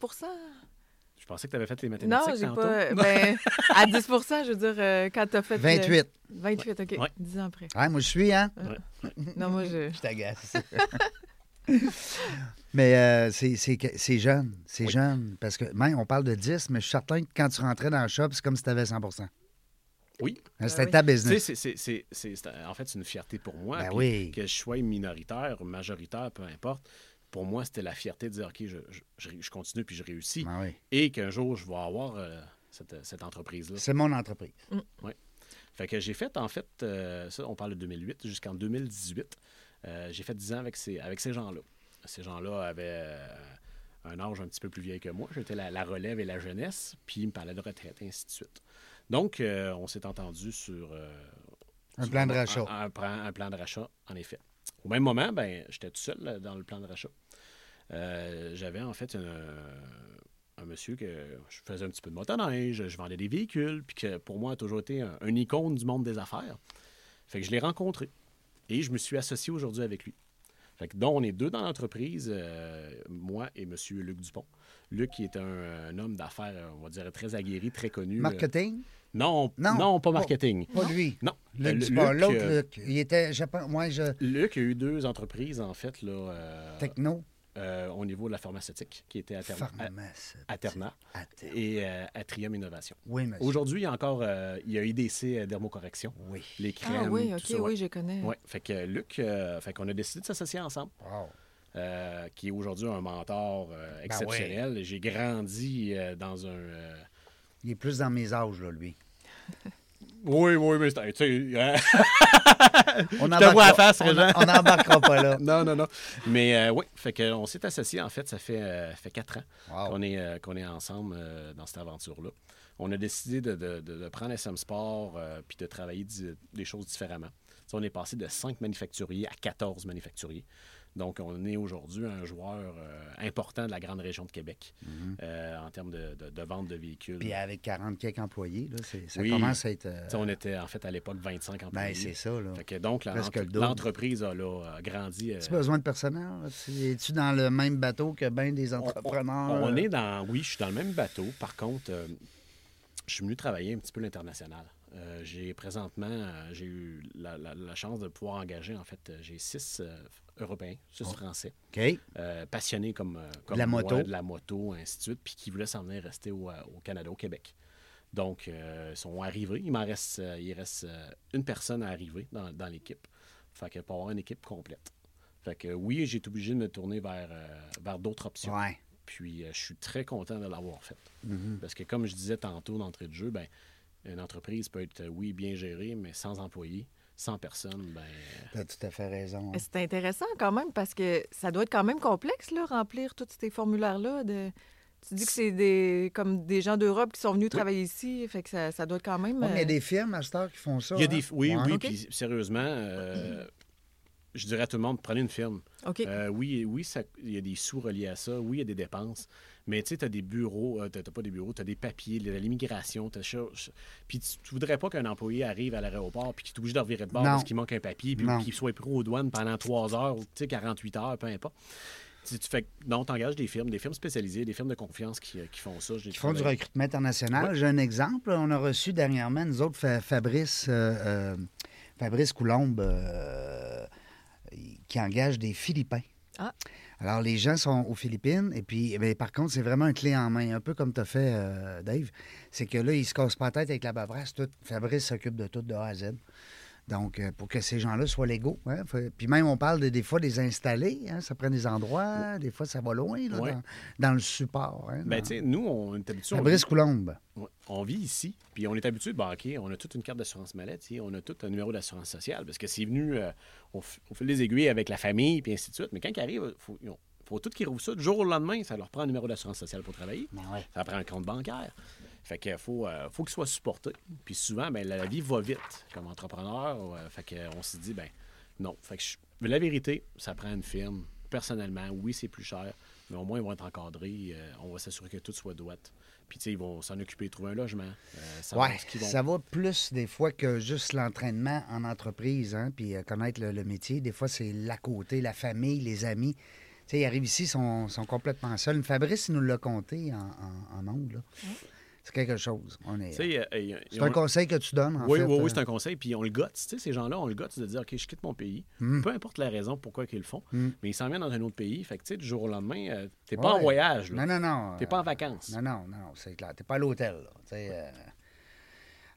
Speaker 3: je pensais que tu avais fait les
Speaker 2: Non,
Speaker 3: mathématiques
Speaker 2: j'ai
Speaker 3: tantôt.
Speaker 2: pas... Ben, à 10 je veux dire, euh, quand t'as fait... le-
Speaker 1: 28.
Speaker 2: 28, OK.
Speaker 3: Ouais.
Speaker 2: 10 ans après.
Speaker 1: Ouais, moi, je suis, hein?
Speaker 2: Non, moi, je...
Speaker 1: Je t'agace. mais euh, c'est- c'est que- c'est jeune. C'est
Speaker 3: Oui.
Speaker 1: jeune. Parce que, même, on parle de 10, mais je suis certain que quand tu rentrais dans le shop, c'est comme si tu avais 100
Speaker 3: Ben Oui.
Speaker 1: Hein, C'était
Speaker 2: oui.
Speaker 1: ta
Speaker 3: Tu sais,
Speaker 1: business.
Speaker 3: c'est- c'est- c'est- c'est- c'est- en fait, c'est une fierté pour moi.
Speaker 1: Ben
Speaker 3: puis
Speaker 1: oui.
Speaker 3: Que je sois minoritaire, majoritaire, peu importe. Pour moi, c'était la fierté de dire, OK, je, je- je- je continue puis je réussis.
Speaker 1: Ah oui.
Speaker 3: Et qu'un jour, je vais avoir euh, cette, cette entreprise-là.
Speaker 1: C'est mon entreprise.
Speaker 3: Fait que j'ai fait, en fait, euh, ça, on parle de 2008 jusqu'en 2018. euh, j'ai fait 10 ans avec ces, avec ces gens-là. Ces gens-là avaient euh, un âge un petit peu plus vieil que moi. J'étais la, la relève et la jeunesse, puis ils me parlaient de retraite, et ainsi de suite. Donc, euh, on s'est entendu sur. euh,
Speaker 1: Un
Speaker 3: sur
Speaker 1: plan de rachat.
Speaker 3: Un, un plan, un plan de rachat, en effet. Au même moment, ben, j'étais tout seul euh, dans le plan de rachat. Euh, J'avais, en fait, une un monsieur que je faisais un petit peu de motoneige, je vendais des véhicules, puis que pour moi a toujours été un, un icône du monde des affaires. Fait que je l'ai rencontré et je me suis associé aujourd'hui avec lui. Fait que donc, on est deux dans l'entreprise, euh, moi et monsieur Luc Dupont. Luc, qui est un, un homme d'affaires, euh, on va dire, très aguerri, très connu. Euh,
Speaker 1: Marketing?
Speaker 3: non,
Speaker 1: Non.
Speaker 3: non, pas marketing.
Speaker 1: Pas lui.
Speaker 3: Non.
Speaker 1: Le-
Speaker 3: Euh,
Speaker 1: du
Speaker 3: Luc,
Speaker 1: sport, L'autre,
Speaker 3: euh,
Speaker 1: Luc. Il était, je pense, moi, je,
Speaker 3: Luc a eu deux entreprises, en fait, là, euh,
Speaker 1: techno,
Speaker 3: euh, au niveau de la pharmaceutique, qui était à Terna- à-
Speaker 1: pharmacien.
Speaker 3: à Terna
Speaker 1: Attends.
Speaker 3: Ah, et euh, Atrium Innovation.
Speaker 1: Oui, monsieur.
Speaker 3: Aujourd'hui, il y a encore euh, il y a IDC euh, Dermocorrection,
Speaker 1: Oui.
Speaker 3: les crèmes.
Speaker 2: Ah oui,
Speaker 3: tout
Speaker 2: OK,
Speaker 3: ça, ouais.
Speaker 2: oui, je connais.
Speaker 3: Ouais. Fait que Luc, euh, fait qu'on a décidé de s'associer ensemble,
Speaker 1: Wow.
Speaker 3: euh, qui est aujourd'hui un mentor euh, exceptionnel. J'ai grandi euh, dans un. euh,
Speaker 1: Il est plus dans mes âges, là, lui.
Speaker 3: Oui, oui, mais c'est- tu sais, hein,
Speaker 1: On
Speaker 3: te
Speaker 1: embarquera-
Speaker 3: vois à face,
Speaker 1: on-
Speaker 3: Régent.
Speaker 1: On n'embarquera pas là.
Speaker 3: non, non, non. Mais euh, oui, fait que on s'est associés, en fait, ça fait, euh, fait quatre ans
Speaker 1: Wow.
Speaker 3: qu'on est, euh, qu'on est ensemble euh, dans cette aventure-là. On a décidé de, de- de- de prendre SM Sport euh, puis de travailler di- des choses différemment. Tu sais, on est passé de 5 manufacturiers à 14 manufacturiers. Donc, on est aujourd'hui un joueur euh, important de la grande région de Québec euh, en termes de, de- de vente de véhicules.
Speaker 1: Mhm. Puis euh, avec 40 quelques employés, là, c'est- ça
Speaker 3: Oui.
Speaker 1: commence à être. euh,
Speaker 3: Tu sais, on était en fait à l'époque 25 employés.
Speaker 1: ben, c'est ça, là.
Speaker 3: Fait que donc, la-
Speaker 1: Presque le double.
Speaker 3: l'entreprise a là, a grandi. euh,
Speaker 1: As-tu besoin de personnel? là? Tu- Es-tu dans le même bateau que bien des
Speaker 3: on- on-
Speaker 1: entrepreneurs?
Speaker 3: On,
Speaker 1: euh?
Speaker 3: est dans. Oui, je suis dans le même bateau. Par contre, euh, je suis venu travailler un petit peu l'international. Euh, j'ai présentement, euh, j'ai eu la, la- la chance de pouvoir engager, en fait, euh, j'ai six euh, Européens, six Français,
Speaker 1: OK.
Speaker 3: euh, passionnés comme, euh, comme
Speaker 1: la
Speaker 3: moi,
Speaker 1: moto.
Speaker 3: de la moto, ainsi de suite, puis qui voulaient s'en venir rester au, euh, au Canada, au Québec. Donc, euh, ils sont arrivés. Il m'en reste, euh, il reste euh, une personne à arriver dans, dans l'équipe. Fait que pour avoir une équipe complète. Fait que oui, j'ai été obligé de me tourner vers, euh, vers d'autres options.
Speaker 1: Ouais.
Speaker 3: Puis euh, je suis très content de l'avoir fait. Parce que comme je disais tantôt d'entrée de jeu, ben, une entreprise peut être, euh, oui, bien gérée, mais sans employés, sans personne, ben, euh,
Speaker 1: T'as tout à fait raison.
Speaker 2: Mais C'est intéressant quand même parce que ça doit être quand même complexe, là, remplir tous ces formulaires-là. De... Tu dis que c'est des comme des gens d'Europe qui sont venus travailler ici, fait que ça, ça doit être quand même.
Speaker 1: Ouais, mais il y a
Speaker 2: euh,
Speaker 1: des firmes à cette heure qui font ça.
Speaker 3: Il y a
Speaker 1: hein?
Speaker 3: des... Oui,
Speaker 1: Ouais.
Speaker 3: oui,
Speaker 2: Ok.
Speaker 3: puis sérieusement, euh, je dirais à tout le monde, prenez une firme.
Speaker 2: OK.
Speaker 3: Euh, oui, oui ça- il y a des sous reliés à ça. Oui, il y a des dépenses. Mais tu sais, tu as des bureaux, tu pas des bureaux, tu as des papiers, de l'immigration, tu Puis tu, tu voudrais pas qu'un employé arrive à l'aéroport puis qu'il est obligé de revirer de bord
Speaker 1: Non.
Speaker 3: parce qu'il manque un papier puis
Speaker 1: Non.
Speaker 3: qu'il soit pris aux douanes pendant 3 heures, ou, tu sais, 48 heures, peu importe. Tu, tu fais, non, tu engages des firmes, des firmes spécialisées, des firmes de confiance qui, euh, qui font ça.
Speaker 1: Qui font du recrutement international. J'ai un exemple. On a reçu dernièrement, nous autres, Fa- Fabrice, euh, euh, Fabrice Coulombe, euh, qui engage des Philippins.
Speaker 2: Ah.
Speaker 1: Alors, les gens sont aux Philippines, et puis, eh bien, par contre, c'est vraiment un clé en main, un peu comme tu as fait, euh, Dave. C'est que là, ils se cassent pas la tête avec la bavrasse. Tout. Fabrice s'occupe de tout de A à Z. Donc, euh, pour que ces gens-là soient légaux. hein. Fait- Puis même, on parle de- des fois des installés. hein. Ça prend des endroits, des fois, ça va loin là,
Speaker 3: Ouais.
Speaker 1: dans, dans le support. hein,
Speaker 3: Ben,
Speaker 1: dans-
Speaker 3: tu sais, nous, on est habitués. on
Speaker 1: Fabrice Coulombe.
Speaker 3: Ouais. On vit ici, puis on est habitué de banquer. On a toute une carte d'assurance maladie, on a tout un numéro d'assurance sociale, parce que c'est venu euh, au, f- au fil des aiguilles avec la famille, puis ainsi de suite. Mais quand ils arrivent, faut, ils ont- faut tout qu'ils rouvrent ça. Du jour au lendemain, ça leur prend un numéro d'assurance sociale pour travailler. Ça prend un compte bancaire. Fait que faut, euh, faut qu'ils soient supportés. Puis souvent, ben, la, la vie va vite comme entrepreneur. euh, fait que, euh, on se dit, ben non. Fait que je- la vérité, ça prend une firme. Personnellement, oui, c'est plus cher, mais au moins, ils vont être encadrés. euh, on va s'assurer que tout soit droit. Puis, tu sais, ils vont s'en occuper, trouver un logement. euh, savoir
Speaker 1: Ouais,
Speaker 3: ce qu'ils vont-
Speaker 1: ça va plus des fois que juste l'entraînement en entreprise, hein, puis euh, connaître le, le métier. Des fois, c'est l'à côté, la famille, les amis. Tu sais, ils arrivent ici, ils sont, sont complètement seuls. Fabrice, il nous l'a compté en, en, en ondes, là. C'est quelque chose. On est...
Speaker 3: Tu sais, euh, ils- ils
Speaker 1: C'est
Speaker 3: ont-
Speaker 1: un conseil que tu donnes, en
Speaker 3: oui,
Speaker 1: fait.
Speaker 3: oui,
Speaker 1: euh,
Speaker 3: oui, c'est un conseil. Puis on le gotte, tu sais, ces gens-là, on le gotte de dire, OK, je quitte mon pays.
Speaker 1: Hmm.
Speaker 3: Peu importe la raison pourquoi ils le font, mais ils s'en viennent dans un autre pays. Fait que, tu sais, du jour au lendemain, euh, t'es pas en
Speaker 1: Ouais.
Speaker 3: voyage. là.
Speaker 1: Non, non, non.
Speaker 3: T'es
Speaker 1: euh,
Speaker 3: pas en vacances.
Speaker 1: Non, non, non, non, c'est clair. T'es pas à l'hôtel, là. Tu sais, euh,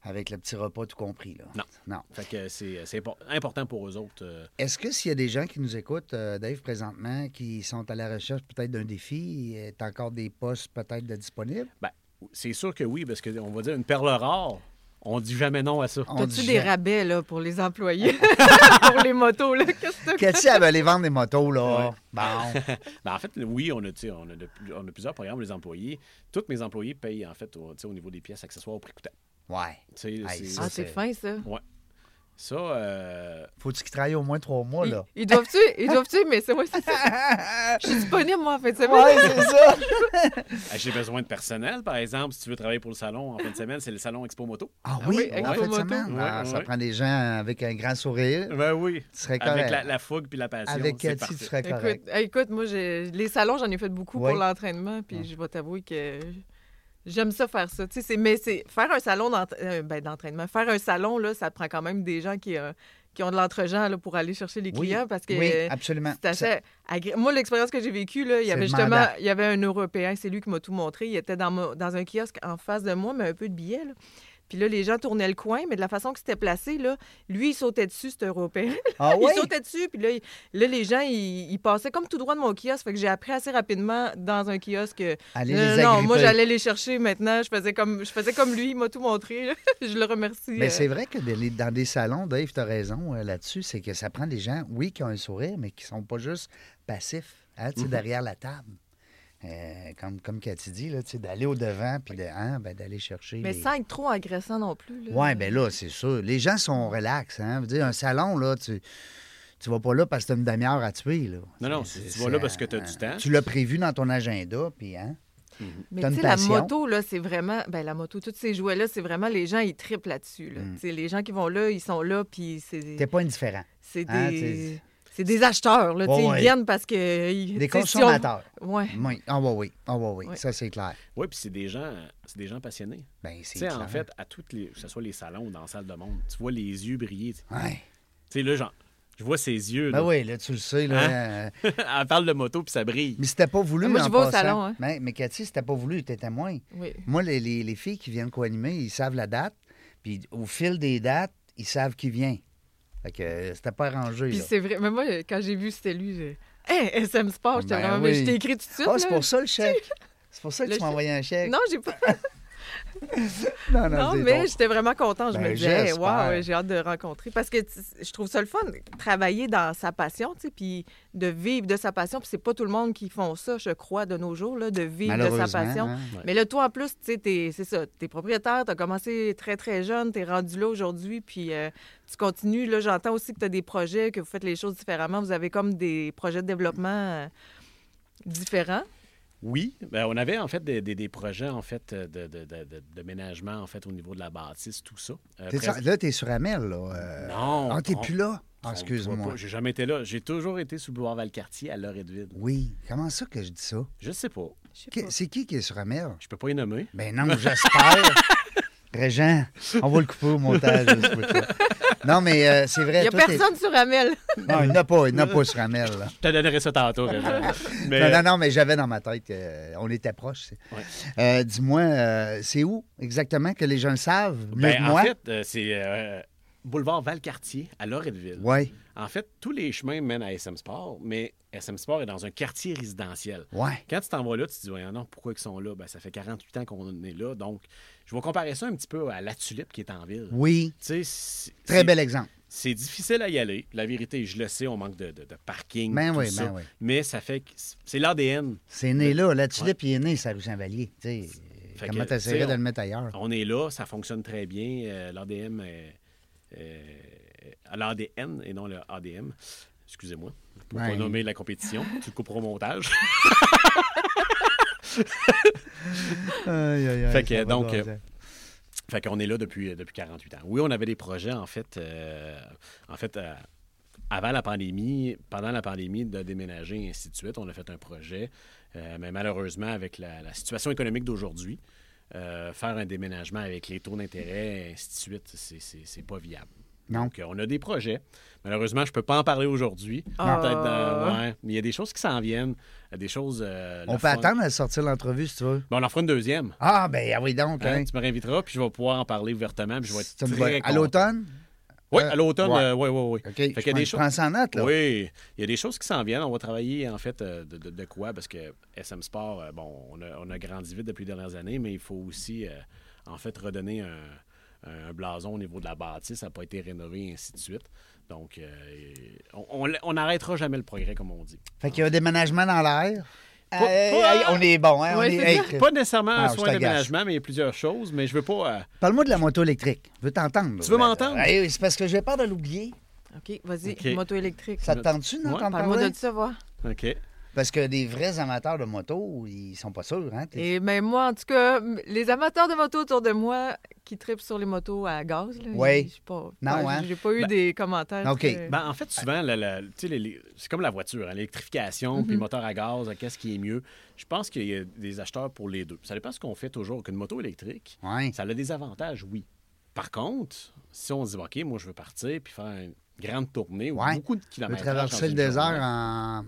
Speaker 1: avec le petit repas tout compris, là.
Speaker 3: Non.
Speaker 1: Non.
Speaker 3: Fait que c'est c'est impor- important pour eux autres. euh,
Speaker 1: Est-ce que s'il y a des gens qui nous écoutent, euh, Dave, présentement, qui sont à la recherche peut-être d'un défi, est encore des postes peut-être de disponibles?
Speaker 3: ben, c'est sûr que oui, parce qu'on va dire une perle rare, on dit jamais non à ça.
Speaker 1: On
Speaker 2: T'as-tu
Speaker 1: dit
Speaker 2: des
Speaker 1: jamais.
Speaker 2: rabais là, pour les employés, pour les motos? Là? Qu'est-ce que t'as-
Speaker 1: Cathy, elle va aller vendre des motos, là. Bon.
Speaker 3: Ben, en fait, oui, on a, tu sais, on, a de plus- on a plusieurs programmes, les employés. Tous mes employés payent, en fait, au, tu sais, au niveau des pièces accessoires au prix coûtant.
Speaker 1: Ouais.
Speaker 3: Tu sais,
Speaker 1: Aïe,
Speaker 3: c'est-
Speaker 1: ça,
Speaker 2: Ah, c'est fin, ça.
Speaker 3: Ouais. Ça, euh,
Speaker 1: Faut-tu qu'ils travaillent au moins trois mois,
Speaker 2: Ils,
Speaker 1: là?
Speaker 2: ils doivent-tu? Ils doivent-tu? Mais c'est moi, c'est ça. Je suis disponible, moi, en fait. C'est
Speaker 1: Ouais, c'est ça.
Speaker 3: ah, j'ai besoin de personnel, par exemple. Si tu veux travailler pour le salon en fin de semaine, c'est le salon Expo Moto.
Speaker 1: Ah
Speaker 2: oui,
Speaker 1: oui,
Speaker 2: avec
Speaker 1: en
Speaker 2: vos
Speaker 1: fin de
Speaker 2: motos.
Speaker 1: semaine.
Speaker 3: Ouais,
Speaker 1: Ah, Ça
Speaker 3: ouais.
Speaker 1: prend des gens avec un grand sourire.
Speaker 3: Ben oui.
Speaker 1: Tu serais correct.
Speaker 3: Avec la, la fougue puis la passion.
Speaker 1: Avec
Speaker 3: c'est
Speaker 1: Cathy, tu
Speaker 3: parfait.
Speaker 1: serais correct.
Speaker 2: Écoute, hey, écoute, moi, j'ai- les salons, j'en ai fait beaucoup
Speaker 1: Ouais.
Speaker 2: pour l'entraînement, puis je vais t'avouer que j'aime ça faire ça. Tu sais, c'est- mais c'est faire un salon d'ent- euh, ben, d'entraînement, faire un salon, là, ça prend quand même des gens qui, euh, qui ont de l'entre-gens là, pour aller chercher les clients parce que.
Speaker 1: oui,
Speaker 2: euh,
Speaker 1: absolument.
Speaker 2: c'est assez agré- Moi, l'expérience que j'ai vécue, là, il y
Speaker 1: C'est
Speaker 2: avait justement
Speaker 1: demandant.
Speaker 2: il y avait un Européen, c'est lui qui m'a tout montré. Il était dans, mon- dans un kiosque en face de moi, mais un peu de billets. là. Puis là, les gens tournaient le coin, mais de la façon que c'était placé, là, lui, il sautait dessus, cet Européen.
Speaker 1: Ah
Speaker 2: Il
Speaker 1: oui?
Speaker 2: sautait dessus, puis là, il- là, les gens, ils, ils passaient comme tout droit de mon kiosque. Fait que j'ai appris assez rapidement dans un kiosque. euh,
Speaker 1: Allez
Speaker 2: non,
Speaker 1: les
Speaker 2: non,
Speaker 1: agripper.
Speaker 2: moi, j'allais les chercher maintenant. Je faisais comme, je faisais comme lui, il m'a tout montré. là. je le remercie.
Speaker 1: Mais
Speaker 2: euh.
Speaker 1: c'est vrai que des- dans des salons, Dave, tu as raison euh, là-dessus, c'est que ça prend des gens, oui, qui ont un sourire, mais qui sont pas juste passifs, hein,
Speaker 2: Mhm.
Speaker 1: tu sais, derrière la table. Euh, comme, comme Cathy dit, là, tu sais, d'aller au-devant, puis de- hein, ben, d'aller chercher.
Speaker 2: Mais
Speaker 1: les-
Speaker 2: sans être trop agressant non plus. là.
Speaker 1: Oui, ben là, c'est sûr. Les gens sont relax. Hein? Veux dire, un salon, là, tu tu vas pas là parce que tu as une demi-heure à tuer. Là.
Speaker 3: Non, non,
Speaker 1: C'est-
Speaker 3: tu
Speaker 1: c'est-
Speaker 3: vas là
Speaker 1: c'est
Speaker 3: parce que t'as
Speaker 1: un-
Speaker 3: du temps.
Speaker 1: Tu l'as prévu dans ton agenda, puis hein?
Speaker 2: Mais
Speaker 1: T'as
Speaker 2: tu
Speaker 1: une
Speaker 2: sais, la
Speaker 1: passion.
Speaker 2: moto, là, c'est vraiment. Ben, la moto, tous ces jouets-là, c'est vraiment les gens, ils
Speaker 1: Mm.
Speaker 2: triplent là-dessus. là. Tu sais, Les gens qui vont là, ils sont là, puis c'est.
Speaker 1: t'es pas indifférent.
Speaker 2: C'est
Speaker 1: Hein,
Speaker 2: des.
Speaker 1: t'sais,
Speaker 2: C'est des acheteurs, là. tu sais,
Speaker 1: Ouais,
Speaker 2: ils
Speaker 1: ouais.
Speaker 2: viennent parce que. euh, ils-
Speaker 1: Des
Speaker 2: tu sais, si on-
Speaker 1: consommateurs.
Speaker 2: Ouais.
Speaker 1: Oui, ah oui, oui, ah oui, oui,
Speaker 2: Oui.
Speaker 1: ça c'est clair.
Speaker 3: Oui, puis c'est des gens, c'est des gens passionnés.
Speaker 1: Ben, c'est
Speaker 3: Tu sais, en
Speaker 1: clair.
Speaker 3: fait, à toutes les, que ce soit les salons ou dans la salle de monde, tu vois les yeux briller. Tu
Speaker 1: Ouais.
Speaker 3: sais, là, genre, je vois ses yeux.
Speaker 1: Ben
Speaker 3: là.
Speaker 1: oui, là, tu le sais.
Speaker 3: Hein?
Speaker 1: Là, euh,
Speaker 3: Elle parle de moto, puis ça brille.
Speaker 1: Mais c'était pas voulu,
Speaker 2: Moi,
Speaker 1: en
Speaker 2: je vais au
Speaker 1: passant. Ben,
Speaker 2: salon, hein.
Speaker 1: mais, mais Cathy, c'était pas voulu, t'étais moins.
Speaker 2: Oui.
Speaker 1: Moi, les, les- les filles qui viennent co-animer, ils savent la date. Puis au fil des dates, ils savent qui vient. Fait que euh, c'était pas arrangé.
Speaker 2: Puis
Speaker 1: là.
Speaker 2: c'est vrai. Mais moi, quand j'ai vu c'était lui, j'ai. Hey, SM Sport, j'étais
Speaker 1: Ben
Speaker 2: vraiment.
Speaker 1: oui.
Speaker 2: Je t'ai écrit tout de suite.
Speaker 1: Ah, c'est
Speaker 2: là.
Speaker 1: pour ça le chèque. C'est pour ça que
Speaker 2: Le
Speaker 1: tu m'as envoyé un chèque.
Speaker 2: Non, j'ai pas.
Speaker 1: non,
Speaker 2: Non,
Speaker 1: c'est
Speaker 2: mais
Speaker 1: ton-
Speaker 2: j'étais vraiment contente. Je
Speaker 1: Ben,
Speaker 2: me disais, hey,
Speaker 1: j'espère.
Speaker 2: wow, j'ai hâte de rencontrer. Parce que tu- je trouve ça le fun, travailler dans sa passion, tu sais, puis de vivre de sa passion. Puis c'est pas tout le monde qui font ça, je crois, de nos jours, là, de vivre de sa
Speaker 1: Malheureusement,
Speaker 2: passion.
Speaker 1: hein.
Speaker 2: Mais là, toi, en plus, tu sais, t'es- c'est ça, t'es propriétaire, t'as commencé très, très jeune, t'es rendu là aujourd'hui, puis euh, tu continues. Là, j'entends aussi que t'as des projets, que vous faites les choses différemment. Vous avez comme des projets de développement euh, différents.
Speaker 3: Oui, ben, on avait en fait des, des- des projets en fait de, de, de- de- de ménagement en fait au niveau de la bâtisse, tout ça. Euh,
Speaker 1: T'es
Speaker 3: prés-
Speaker 1: sur- Là, t'es sur Amel, là. euh,
Speaker 3: Non,
Speaker 1: Ah, t'es
Speaker 3: on-
Speaker 1: plus là. Ah,
Speaker 3: on le voit
Speaker 1: excuse-moi.
Speaker 3: pas, J'ai jamais été là. J'ai toujours été sous le boulevard Valcartier à l'heure Edwide.
Speaker 1: Oui, comment ça que je dis ça?
Speaker 3: Je sais pas.
Speaker 2: Je sais
Speaker 1: Que-
Speaker 2: pas.
Speaker 1: C'est qui qui est sur Amel?
Speaker 3: Je peux pas y nommer.
Speaker 1: Ben non, j'espère. Régent, on va le couper au montage. je sais pas. non, mais euh, c'est
Speaker 2: Il
Speaker 1: vrai.
Speaker 2: n'y a
Speaker 1: toi, t'es-
Speaker 2: personne sur Amel.
Speaker 1: Non, il n'y en a pas, il n'y en a pas sur Amel. là.
Speaker 3: Je te donnerai ça tantôt. Régent. Mais,
Speaker 1: Non, non, non, mais j'avais dans ma tête qu'on était proches. c'est-
Speaker 3: Ouais.
Speaker 1: Euh, Dis-moi, euh, c'est où exactement que les gens le savent? Mieux
Speaker 3: ben,
Speaker 1: que
Speaker 3: en
Speaker 1: moi?
Speaker 3: fait, euh, c'est euh, boulevard Valcartier à Loretteville.
Speaker 1: Oui,
Speaker 3: En fait, tous les chemins mènent à SM Sport, mais SM Sport est dans un quartier résidentiel.
Speaker 1: ouais.
Speaker 3: Quand tu t'en vas là, tu te dis, voyons, non, pourquoi ils sont là? Ben, ça fait 48 ans qu'on est là. Donc, je vais comparer ça un petit peu à la tulipe qui est en ville.
Speaker 1: Oui,
Speaker 3: Tu sais, c'est-
Speaker 1: très
Speaker 3: c'est-
Speaker 1: bel e- exemple.
Speaker 3: C'est difficile à y aller. La vérité, je le sais, on manque de, de- de parking.
Speaker 1: Ben
Speaker 3: tout
Speaker 1: oui,
Speaker 3: ça.
Speaker 1: ben oui.
Speaker 3: Mais ça fait que c'est- c'est l'ADN.
Speaker 1: C'est né là, la tulipe, il est né, ça rue Saint-Vallier. tu sais.
Speaker 3: Fait
Speaker 1: Comment
Speaker 3: que, tu
Speaker 1: t'essaierais
Speaker 3: sais,
Speaker 1: de
Speaker 3: on-
Speaker 1: le mettre ailleurs?
Speaker 3: On est là, ça fonctionne très bien. Euh, L'ADM euh, L'ADN et non le ADM. Excusez-moi. Pour
Speaker 1: Ouais.
Speaker 3: pas nommer la compétition. tu le couperas au montage.
Speaker 1: Aïe, aïe, aïe,
Speaker 3: Fait que,
Speaker 1: ça va
Speaker 3: donc,
Speaker 1: jaser.
Speaker 3: euh, Fait qu'on est là depuis, euh, depuis 48 ans. Oui, on avait des projets, en fait, euh, en fait euh, avant la pandémie, pendant la pandémie, de déménager et ainsi de suite. On a fait un projet, euh, mais malheureusement, avec la, la situation économique d'aujourd'hui, euh, faire un déménagement avec les taux d'intérêt et ainsi de suite, c'est- c'est c'est pas viable.
Speaker 1: Non.
Speaker 3: Donc, euh, on a des projets. Malheureusement, je peux pas en parler aujourd'hui.
Speaker 2: Ah.
Speaker 3: Peut-être dans- ouais. Mais il y a des choses qui s'en viennent, des choses... euh,
Speaker 1: on
Speaker 3: le
Speaker 1: peut
Speaker 3: fun.
Speaker 1: attendre à sortir l'entrevue si tu veux.
Speaker 3: Ben, on en fera une deuxième.
Speaker 1: Ah, ben ah oui, donc.
Speaker 3: Hein,
Speaker 1: hein.
Speaker 3: tu me réinviteras, puis je vais pouvoir en parler ouvertement, puis je vais être
Speaker 1: C'est une
Speaker 3: très
Speaker 1: bonne- À
Speaker 3: content.
Speaker 1: l'automne?
Speaker 3: Oui,
Speaker 1: Euh,
Speaker 3: à l'automne,
Speaker 1: ouais.
Speaker 3: euh, oui, oui, oui.
Speaker 1: OK,
Speaker 3: Fait
Speaker 1: je
Speaker 3: qu'il y a des
Speaker 1: prends-
Speaker 3: choses-
Speaker 1: prends ça en note, là.
Speaker 3: Oui, il y a des choses qui s'en viennent. On va travailler, en fait, euh, de, de- de quoi? Parce que SM Sport, euh, bon, on a, on a grandi vite depuis les dernières années, mais il faut aussi, euh, en fait, redonner un, un blason au niveau de la bâtisse. Ça n'a pas été rénové, et ainsi de suite. Donc, euh, on- on l- on n'arrêtera jamais le progrès, comme on dit.
Speaker 1: Fait qu'il y a un déménagement dans l'air. Euh,
Speaker 3: Pas-
Speaker 1: Hey,
Speaker 3: pas-
Speaker 1: hey, on est bon, hein? on
Speaker 2: Ouais,
Speaker 1: est-
Speaker 2: c'est
Speaker 1: hey,
Speaker 3: Pas nécessairement
Speaker 1: Ah,
Speaker 3: un
Speaker 1: je
Speaker 3: soin de
Speaker 1: t'agace.
Speaker 3: déménagement, mais il y a plusieurs choses, mais je veux pas... euh,
Speaker 1: Parle-moi de la moto électrique. Je veux t'entendre. là.
Speaker 3: Tu veux m'entendre?
Speaker 1: Hey, c'est parce que j'ai peur de l'oublier.
Speaker 2: OK, vas-y,
Speaker 3: OK.
Speaker 2: moto électrique.
Speaker 1: Ça te tente-tu
Speaker 3: Ouais.
Speaker 1: d'entendre
Speaker 2: Parle-moi
Speaker 1: parler?
Speaker 2: de ça, voir.
Speaker 3: euh, OK.
Speaker 1: Parce que des vrais amateurs de moto, ils sont pas sûrs. Hein? T'es-
Speaker 2: Et ben moi, en tout cas, m- les amateurs de moto autour de moi qui tripent sur les motos à gaz, là,
Speaker 1: Ouais.
Speaker 2: ils- je sais pas,
Speaker 1: Non,
Speaker 2: ouais,
Speaker 1: hein?
Speaker 2: j'ai pas eu
Speaker 3: Ben-
Speaker 2: des commentaires.
Speaker 1: OK.
Speaker 2: très-
Speaker 3: Ben, en fait, souvent, la- la- tu sais, les- les- c'est comme la voiture, hein, l'électrification, puis le moteur à gaz, hein, qu'est-ce qui est mieux? Je pense qu'il y a des acheteurs pour les deux. Ça dépend ce qu'on fait toujours. Qu'une moto électrique,
Speaker 1: Ouais.
Speaker 3: ça a des avantages, oui. Par contre, si on dit, OK, moi, je veux partir puis faire une grande tournée ou
Speaker 1: Ouais.
Speaker 3: beaucoup de
Speaker 1: Je veux
Speaker 3: kilomètres.
Speaker 1: traverser le désert en...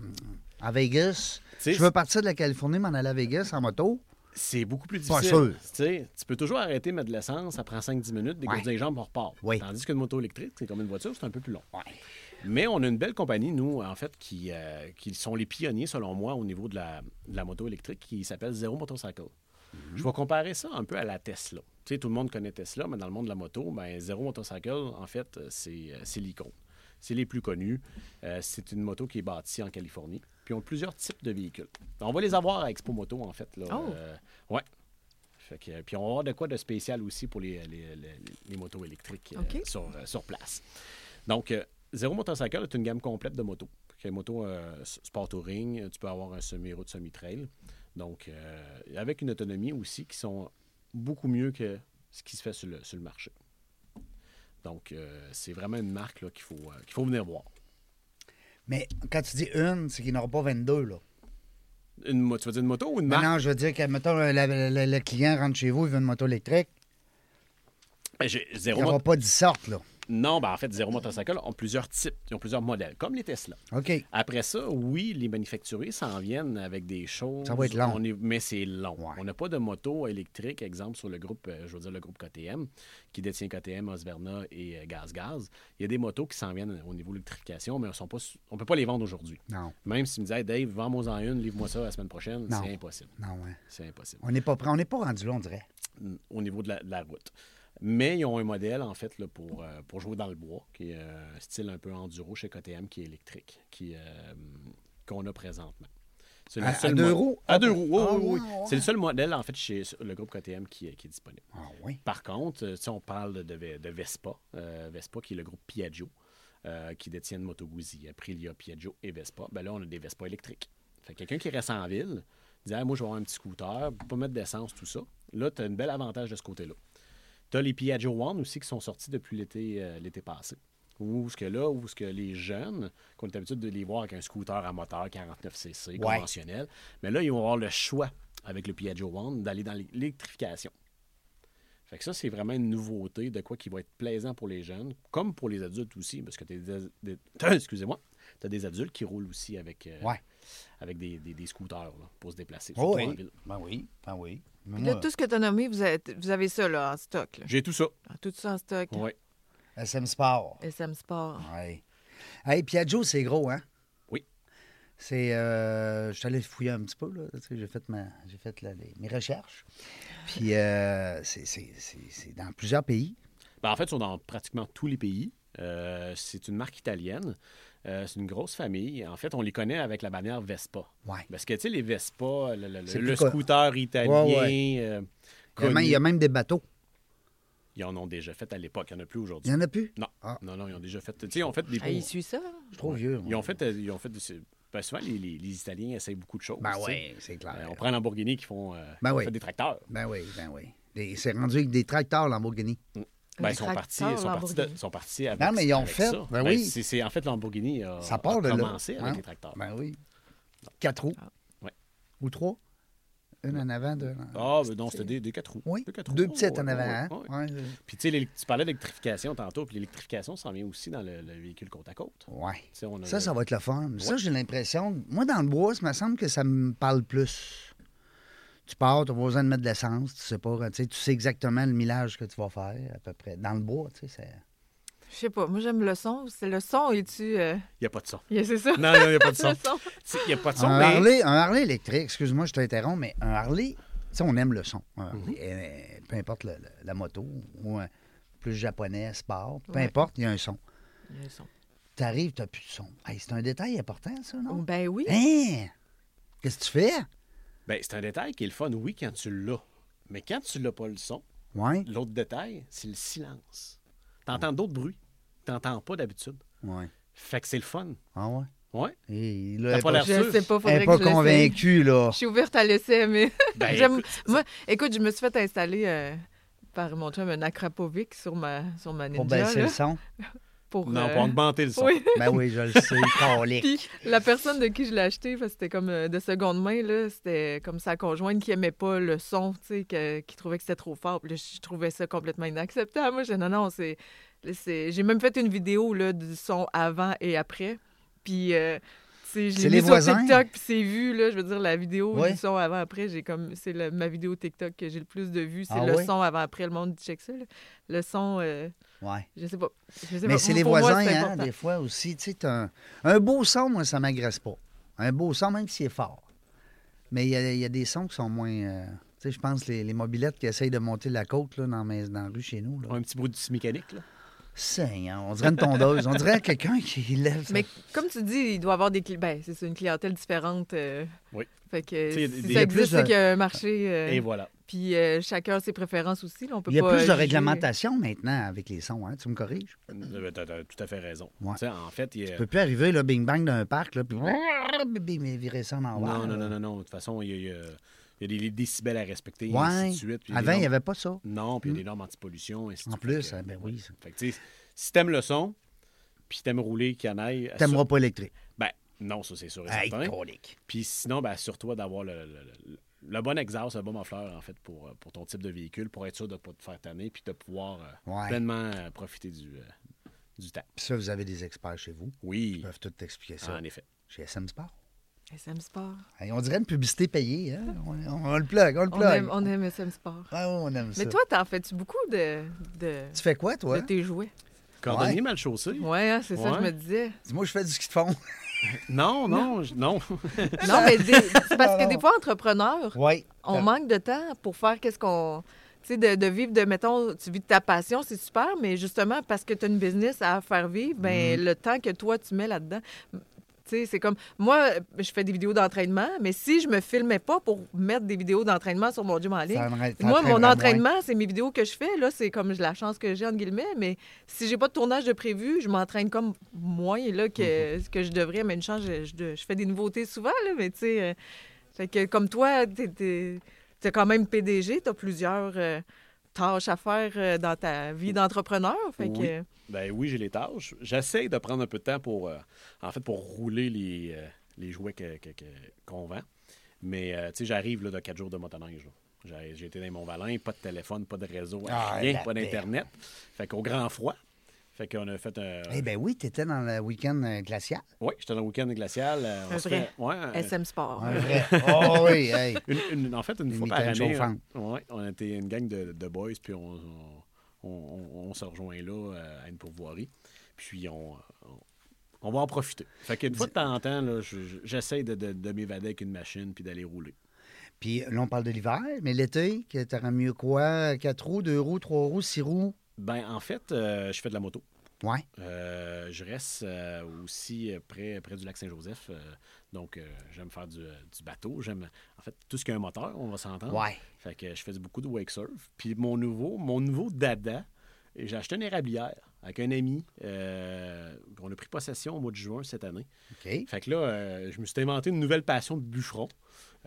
Speaker 1: à Vegas.
Speaker 3: T'sais,
Speaker 1: je veux partir de la Californie, m'en aller à Vegas en moto.
Speaker 3: C'est beaucoup plus
Speaker 1: Pas
Speaker 3: difficile.
Speaker 1: sûr.
Speaker 3: Tu sais, tu peux toujours arrêter, mettre de l'essence, ça prend 5-10 minutes, dégourdir
Speaker 1: Ouais.
Speaker 3: les jambes, on repart.
Speaker 1: Oui.
Speaker 3: Tandis qu'une moto électrique, c'est comme une voiture, c'est un peu plus long. Mais on a une belle compagnie, nous, en fait, qui, euh, qui sont les pionniers, selon moi, au niveau de la, de la moto électrique, qui s'appelle Zero Motorcycle. Je vais comparer ça un peu à la Tesla. Tu sais, tout le monde connaît Tesla, mais dans le monde de la moto, ben, Zero Motorcycle, en fait, euh, c'est euh, c'est l'icône. C'est les plus connus. Euh, c'est une moto qui est bâtie en Californie. Puis ils ont plusieurs types de véhicules. On va les avoir à Expo Moto, en fait. Là.
Speaker 2: Oh.
Speaker 3: Euh, ouais. Fait que, euh, puis on va avoir de quoi de spécial aussi pour les, les- les- les motos électriques euh,
Speaker 2: OK.
Speaker 3: sur, euh, sur place. Donc, euh, Zero Motorcycle est une gamme complète de motos. Une moto euh, s- sport touring, euh, tu peux avoir un semi-route, semi-trail. Donc, euh, avec une autonomie aussi qui sont beaucoup mieux que ce qui se fait sur le, sur le marché. Donc, euh, c'est vraiment une marque là, qu'il faut, euh, qu'il faut venir voir.
Speaker 1: Mais quand tu dis une, c'est qu'il n'aura pas 22, là.
Speaker 3: Une, mo- tu veux dire une moto ou une
Speaker 1: Mais
Speaker 3: marque?
Speaker 1: non, je veux dire que, mettons, le, le- le- le client rentre chez vous, il veut une moto électrique.
Speaker 3: Ben, j'ai
Speaker 1: Il
Speaker 3: zéro
Speaker 1: n'y aura
Speaker 3: mot-
Speaker 1: pas 10 sortes, là.
Speaker 3: Non, ben, en fait, zéro motorcycle ont plusieurs types, ils ont plusieurs modèles, comme les Tesla.
Speaker 1: OK.
Speaker 3: Après ça, oui, les manufacturiers s'en viennent avec des choses.
Speaker 1: Ça va être long.
Speaker 3: On est- mais c'est long.
Speaker 1: Ouais.
Speaker 3: On n'a pas de moto électrique, exemple, sur le groupe, euh, je veux dire, le groupe KTM, qui détient KTM, Osverna et euh, Gaz Gaz. Il y a des motos qui s'en viennent au niveau de l'électrification, mais elles sont pas su- on ne peut pas les vendre aujourd'hui.
Speaker 1: Non,
Speaker 3: Même si tu me disais, Dave, vends-moi-en une, livre-moi ça la semaine prochaine,
Speaker 1: Non.
Speaker 3: c'est impossible.
Speaker 1: non, hein.
Speaker 3: C'est impossible
Speaker 1: On n'est pas prêt, on n'est pas rendu là, on dirait.
Speaker 3: n- au niveau de la, de la route. Mais ils ont un modèle, en fait, là, pour, euh, pour jouer dans le bois, qui est euh, un style un peu enduro chez KTM, qui est électrique, qui, euh, qu'on a présentement. C'est le
Speaker 1: À-
Speaker 3: seul
Speaker 1: à deux
Speaker 3: mo-
Speaker 1: roues?
Speaker 3: À deux roues, oui,
Speaker 1: Ah,
Speaker 3: oui,
Speaker 1: ouais,
Speaker 3: oui.
Speaker 1: ouais.
Speaker 3: C'est le seul modèle, en fait, chez le groupe KTM qui, est- qui est disponible.
Speaker 1: Ah oui.
Speaker 3: Par contre, euh, si on parle de, Ve- de Vespa, euh, Vespa qui est le groupe Piaggio, euh, qui détiennent Moto Guzzi, Aprilia, Piaggio et Vespa, ben là, on a des Vespa électriques. Fait que quelqu'un qui reste en ville, dit Ah, Moi, je vais avoir un petit scooter, pas mettre d'essence, tout ça. Là, tu as un bel avantage de ce côté-là. Tu as les Piaggio One aussi qui sont sortis depuis l'été euh, l'été passé. Où ce que là, où ce que les jeunes, qu'on est habitué de les voir avec un scooter à moteur 49cc
Speaker 1: Ouais.
Speaker 3: conventionnel, mais là, ils vont avoir le choix avec le Piaggio One d'aller dans l'électrification. Fait que ça, c'est vraiment une nouveauté de quoi qui va être plaisant pour les jeunes, comme pour les adultes aussi, parce que tu excusez-moi, t'as des adultes qui roulent aussi avec, euh,
Speaker 1: Ouais.
Speaker 3: avec des, des- des scooters là, pour se déplacer.
Speaker 1: Oh
Speaker 3: surtout en
Speaker 1: oui.
Speaker 3: ville.
Speaker 1: Ben oui, ben oui. Mais
Speaker 2: Puis là,
Speaker 1: moi,
Speaker 2: tout ce que tu as nommé, vous avez, vous avez ça là, en stock. là.
Speaker 3: J'ai tout ça.
Speaker 2: Ah, Tout ça en stock.
Speaker 3: Ouais. Ah,
Speaker 1: SM Sport.
Speaker 2: SM Sport.
Speaker 1: Oui. Hey, Piaggio, c'est gros, hein?
Speaker 3: Oui.
Speaker 1: C'est. euh, je suis allé fouiller un petit peu, là. Tu sais, J'ai fait, ma, j'ai fait là, les- mes recherches. Puis, euh, c'est, c'est- c'est- c'est dans plusieurs pays.
Speaker 3: Ben, en fait, ils sont dans pratiquement tous les pays. Euh, c'est une marque italienne. Euh, c'est une grosse famille. En fait, on les connaît avec la bannière Vespa.
Speaker 1: Ouais.
Speaker 3: Parce que, tu sais, les Vespa, le, le- le-
Speaker 1: C'est
Speaker 3: le
Speaker 1: plus co-
Speaker 3: scooter italien,
Speaker 1: Ouais, ouais.
Speaker 3: euh,
Speaker 1: Il y, a même, il y a
Speaker 3: connu,
Speaker 1: même des bateaux.
Speaker 3: ils en ont déjà fait à l'époque. Il n'y en a plus
Speaker 1: Il
Speaker 3: aujourd'hui.
Speaker 1: n'y en a plus?
Speaker 3: Non.
Speaker 1: Ah.
Speaker 3: non, non, ils ont déjà fait. Tu sais, ils ont fait des.
Speaker 2: Ah, il suit ça?
Speaker 1: Je suis trop vieux.
Speaker 3: Ils
Speaker 1: moi.
Speaker 3: ont fait. euh, Ils ont fait des- ben, souvent, les, les- les Italiens essayent beaucoup de choses.
Speaker 1: Ben
Speaker 3: tu sais.
Speaker 1: oui, c'est clair.
Speaker 3: Euh, on prend Lamborghini qui font, euh,
Speaker 1: Ben
Speaker 3: qui ont
Speaker 1: oui.
Speaker 3: fait des tracteurs.
Speaker 1: Ben oui, ben oui. Des- c'est rendu avec des tracteurs, Lamborghini.
Speaker 3: Ben,
Speaker 2: Des
Speaker 3: ils sont partis,
Speaker 2: tracteurs
Speaker 3: ils sont partis, de-
Speaker 2: Lamborghini.
Speaker 3: sont partis avec
Speaker 1: Non, mais ils ont
Speaker 3: avec
Speaker 1: fait,
Speaker 3: ça.
Speaker 1: ben oui.
Speaker 3: c'est- c'est- en fait, Lamborghini a,
Speaker 1: Ça part
Speaker 3: a
Speaker 1: de là.
Speaker 3: commencé avec
Speaker 1: hein?
Speaker 3: les tracteurs.
Speaker 1: Ben oui. Quatre roues.
Speaker 3: Ah, Ouais.
Speaker 1: Ou trois. Une en avant, deux en arrière.
Speaker 3: Ah, ben non, c'était des, des quatre roues.
Speaker 1: Oui,
Speaker 3: Des quatre
Speaker 1: deux
Speaker 3: roues,
Speaker 1: petites
Speaker 3: ouais,
Speaker 1: en
Speaker 3: ouais,
Speaker 1: avant.
Speaker 3: ouais,
Speaker 1: hein?
Speaker 3: ouais.
Speaker 1: Ouais.
Speaker 3: Puis tu sais, l'éle- tu parlais d'électrification tantôt, puis l'électrification s'en vient aussi dans le, le véhicule côte à côte.
Speaker 1: Ouais.
Speaker 3: Tu sais, on a
Speaker 1: Ça,
Speaker 3: le-
Speaker 1: ça va être le fun. Ça, j'ai l'impression. Moi, dans le bois, ça me semble que ça me parle plus. Tu pars, tu as besoin de mettre de l'essence, tu sais pas, tu sais, tu sais exactement le millage que tu vas faire, à peu près. Dans le bois, tu sais, c'est.
Speaker 2: Je sais pas. Moi, j'aime le son. C'est le son et tu. euh,
Speaker 3: Il n'y a pas de son.
Speaker 2: yeah, C'est ça?
Speaker 3: Non, non, il n'y a pas de son.
Speaker 2: Le son.
Speaker 3: Tu sais, Il n'y a pas de son,
Speaker 1: Un
Speaker 3: mais...
Speaker 1: Harley, un Harley électrique, excuse-moi, je t'interromps, mais un Harley, tu sais, on aime le son. un Harley,
Speaker 3: Mhm.
Speaker 1: euh, peu importe le- le- la moto, ou un plus japonais, sport, peu
Speaker 2: Ouais.
Speaker 1: importe, il y a un son.
Speaker 2: Le son.
Speaker 1: T'arrives, t'as plus de son. Hey, c'est un détail important, ça, non?
Speaker 2: Oh, ben oui.
Speaker 1: Hein? Qu'est-ce que tu fais?
Speaker 3: Ben, c'est un détail qui est le fun, oui, quand tu l'as. Mais quand tu l'as pas le son,
Speaker 1: Ouais,
Speaker 3: l'autre détail, c'est le silence. Tu entends d'autres bruits. Tu n'entends pas d'habitude.
Speaker 1: ouais.
Speaker 3: Fait que c'est le fun.
Speaker 1: Ah ouais.
Speaker 3: Ouais.
Speaker 1: Et là,
Speaker 3: T'as
Speaker 1: elle est
Speaker 3: pas
Speaker 1: pas,
Speaker 3: l'air
Speaker 2: Je
Speaker 3: sûr.
Speaker 2: sais pas,
Speaker 1: elle
Speaker 2: faudrait
Speaker 1: est
Speaker 2: que
Speaker 1: pas
Speaker 2: je l'essaye.
Speaker 1: convaincue, là.
Speaker 2: Je suis ouverte à l'essai, mais
Speaker 3: Ben,
Speaker 2: j'aime.
Speaker 3: écoute,
Speaker 2: Moi, écoute, je me suis fait installer euh, par mon chum un acrapovic sur ma, sur ma ninja.
Speaker 1: Pour baisser
Speaker 2: là,
Speaker 1: le son.
Speaker 2: pour,
Speaker 3: Non,
Speaker 2: euh,
Speaker 3: pour augmenter le son.
Speaker 2: Oui.
Speaker 1: Ben oui, je le sais, colique.
Speaker 2: Puis la personne de qui je l'ai acheté, parce que c'était comme euh, de seconde main, là, c'était comme sa conjointe qui aimait pas le son, tu sais, que- qui trouvait que c'était trop fort. Puis là, je trouvais ça complètement inacceptable. Moi, j'ai non, non, c'est. c'est- J'ai même fait une vidéo là, du son avant et après. Puis. euh, tu sais, je
Speaker 1: C'est
Speaker 2: l'ai
Speaker 1: les
Speaker 2: mis sur
Speaker 1: voisins.
Speaker 2: TikTok, puis c'est vu, là, je veux dire, la vidéo
Speaker 1: Ouais.
Speaker 2: du son avant-après, j'ai comme, c'est la- ma vidéo TikTok que j'ai le plus de vues, c'est
Speaker 1: Ah
Speaker 2: le
Speaker 1: ouais?
Speaker 2: son avant-après, le monde check ça, là. le son, euh,
Speaker 1: Ouais.
Speaker 2: je sais pas, je sais
Speaker 1: Mais
Speaker 2: pas.
Speaker 1: c'est les
Speaker 2: Pour moi,
Speaker 1: voisins,
Speaker 2: c'est
Speaker 1: hein,
Speaker 2: important.
Speaker 1: des fois aussi. Tu sais, t'as un, un beau son, moi, ça m'agresse pas. Un beau son, même s'il est fort. Mais il y, a- il y a des sons qui sont moins. euh, tu sais, je pense les, les mobilettes qui essayent de monter la côte là, dans, mes- dans la rue chez nous. Là.
Speaker 3: Un petit bruit de scie mécanique, là.
Speaker 1: Seigneur, on dirait une tondeuse. on dirait quelqu'un qui lève. sa-
Speaker 2: Mais comme tu dis, il doit avoir des cli- ben, c'est ça, une clientèle différente. euh.
Speaker 3: Oui.
Speaker 2: Fait que
Speaker 3: Tu sais, il y a
Speaker 2: si
Speaker 3: des- il y
Speaker 2: ça
Speaker 3: a
Speaker 1: plus
Speaker 2: existe,
Speaker 1: de-
Speaker 2: c'est qu'il y a un marché. euh,
Speaker 3: Et voilà.
Speaker 2: Puis euh, chacun a ses préférences aussi. là, on peut
Speaker 1: il y a
Speaker 2: pas, euh,
Speaker 1: plus de
Speaker 2: juger.
Speaker 1: réglementation maintenant avec les sons. Hein, tu me corriges?
Speaker 3: Euh, T'as t'as tout à fait raison.
Speaker 1: Ouais.
Speaker 3: Tu sais, En fait, il y
Speaker 1: Tu
Speaker 3: a...
Speaker 1: peux plus arriver, là, bing-bang d'un parc, là, puis bing, bing, virer ça en envers.
Speaker 3: Non,
Speaker 1: là.
Speaker 3: non, non, non, non. De toute façon, il y a, il y a- il y a des, des décibels à respecter, et
Speaker 1: Ouais.
Speaker 3: ainsi de suite. puis
Speaker 1: Avant, il
Speaker 3: des
Speaker 1: n'y
Speaker 3: normes-
Speaker 1: avait pas ça.
Speaker 3: Hmm. Non, puis il y a des normes anti-pollution, ainsi de
Speaker 1: En
Speaker 3: suite.
Speaker 1: plus,
Speaker 3: Fait que-
Speaker 1: hein, ben oui, ça.
Speaker 3: Fait que, tu sais, si t'aimes le son, Puis si t'aimes rouler canaille.
Speaker 1: T'aimeras
Speaker 3: assure-
Speaker 1: pas électrique.
Speaker 3: Ben, non, ça, c'est sûr et
Speaker 1: Hey,
Speaker 3: certain.
Speaker 1: colique.
Speaker 3: Puis sinon, ben, assure-toi d'avoir le, le- le- le bon exhaust, le bon muffler, en fait, pour, euh, pour ton type de véhicule, pour être sûr de ne pas te faire tanner, puis de pouvoir euh,
Speaker 1: Ouais.
Speaker 3: pleinement euh, profiter du, euh, du temps.
Speaker 1: Puis ça, vous avez des experts chez vous. Ils
Speaker 3: Oui,
Speaker 1: peuvent tout t'expliquer ça.
Speaker 3: en effet.
Speaker 1: Chez SM Sport.
Speaker 2: SM Sport.
Speaker 1: Hey, on dirait une publicité payée. Hein? On, on- on le plug, on le
Speaker 2: On
Speaker 1: plug.
Speaker 2: aime, on aime SM Sport.
Speaker 1: Ouais, ouais, on aime ça.
Speaker 2: Mais toi, t'en fais-tu beaucoup de, de,
Speaker 1: tu fais quoi, toi?
Speaker 2: de tes jouets?
Speaker 3: Cordonnier
Speaker 1: Ouais.
Speaker 3: mal chaussé?
Speaker 2: Ouais, hein, c'est ça
Speaker 3: Ouais.
Speaker 2: que je me disais.
Speaker 1: Dis-moi, je fais du ski de fond.
Speaker 3: Non, non, je- non.
Speaker 2: Non, mais des- c'est parce
Speaker 1: Non,
Speaker 2: que
Speaker 1: non.
Speaker 2: des fois, entrepreneurs,
Speaker 1: oui.
Speaker 2: on manque de temps pour faire qu'est-ce qu'on. Tu sais, de, de vivre de, mettons, tu vis de ta passion, c'est super, mais justement, parce que tu as une business à faire vivre, ben, le temps que toi, tu mets là-dedans. Tu sais, c'est comme. Moi, je fais des vidéos d'entraînement, mais si je me filmais pas pour mettre des vidéos d'entraînement sur mon gym en ligne, moi, mon entraînement, c'est mes vidéos que je fais. Là, c'est comme la chance que j'ai, entre guillemets. Mais si j'ai pas de tournage de prévu, je m'entraîne comme moins là,
Speaker 3: Mhm.
Speaker 2: que, que je devrais. Mais une chance, je, je- je fais des nouveautés souvent. Là, mais tu sais, euh, fait que comme toi, t'es, t'es- t'es quand même PDG, t'as plusieurs euh, tâches à faire euh, dans ta vie d'entrepreneur. Fait que,
Speaker 3: Oui.
Speaker 2: euh,
Speaker 3: Ben oui, j'ai les tâches. J'essaie de prendre un peu de temps pour, euh, en fait, pour rouler les, euh, les jouets que- que- que- qu'on vend. Mais, euh, tu sais, j'arrive là, de quatre jours de motoneige. là. J'ai j'ai été dans mon valin, pas de téléphone, pas de réseau,
Speaker 1: Ah,
Speaker 3: rien,
Speaker 1: la
Speaker 3: pas
Speaker 1: paix.
Speaker 3: d'Internet. Fait qu'au grand froid, fait qu'on a fait un...
Speaker 1: Eh bien oui, t'étais dans le week-end euh, glacial.
Speaker 3: Oui, j'étais dans le week-end glacial. euh, on
Speaker 2: Un
Speaker 3: se
Speaker 2: vrai.
Speaker 3: fait- ouais, un-
Speaker 2: SM Sport.
Speaker 1: Un vrai. Oh oui, hey.
Speaker 3: une, une- en fait, une
Speaker 1: Une
Speaker 3: fois par
Speaker 1: mitaine
Speaker 3: année,
Speaker 1: chauffante.
Speaker 3: euh, ouais, on était une gang de, de boys, puis on, on, on- on- on se rejoint là euh, à une pourvoirie, puis on, on, on va en profiter. Fait qu'une fois de temps en temps, là, je- je- j'essaie de, de- de m'évader avec une machine puis d'aller rouler.
Speaker 1: Puis là, on parle de l'hiver, mais l'été, que t'aurais mieux quoi? Quatre roues, deux roues, trois roues, six roues?
Speaker 3: Ben, en fait, euh, je fais de la moto.
Speaker 1: Ouais.
Speaker 3: Euh, je reste euh, aussi euh, près, près du lac Saint-Joseph. euh, donc, euh, j'aime faire du, euh, du bateau. J'aime, en fait, tout ce qui a un moteur, on va s'entendre.
Speaker 1: Ouais.
Speaker 3: Fait que je faisais beaucoup de wake surf. Puis mon nouveau, mon nouveau dada, j'ai acheté une érablière avec un ami. euh, on a pris possession au mois de juin cette année.
Speaker 1: OK.
Speaker 3: Fait que là, euh, je me suis inventé une nouvelle passion de bûcheron.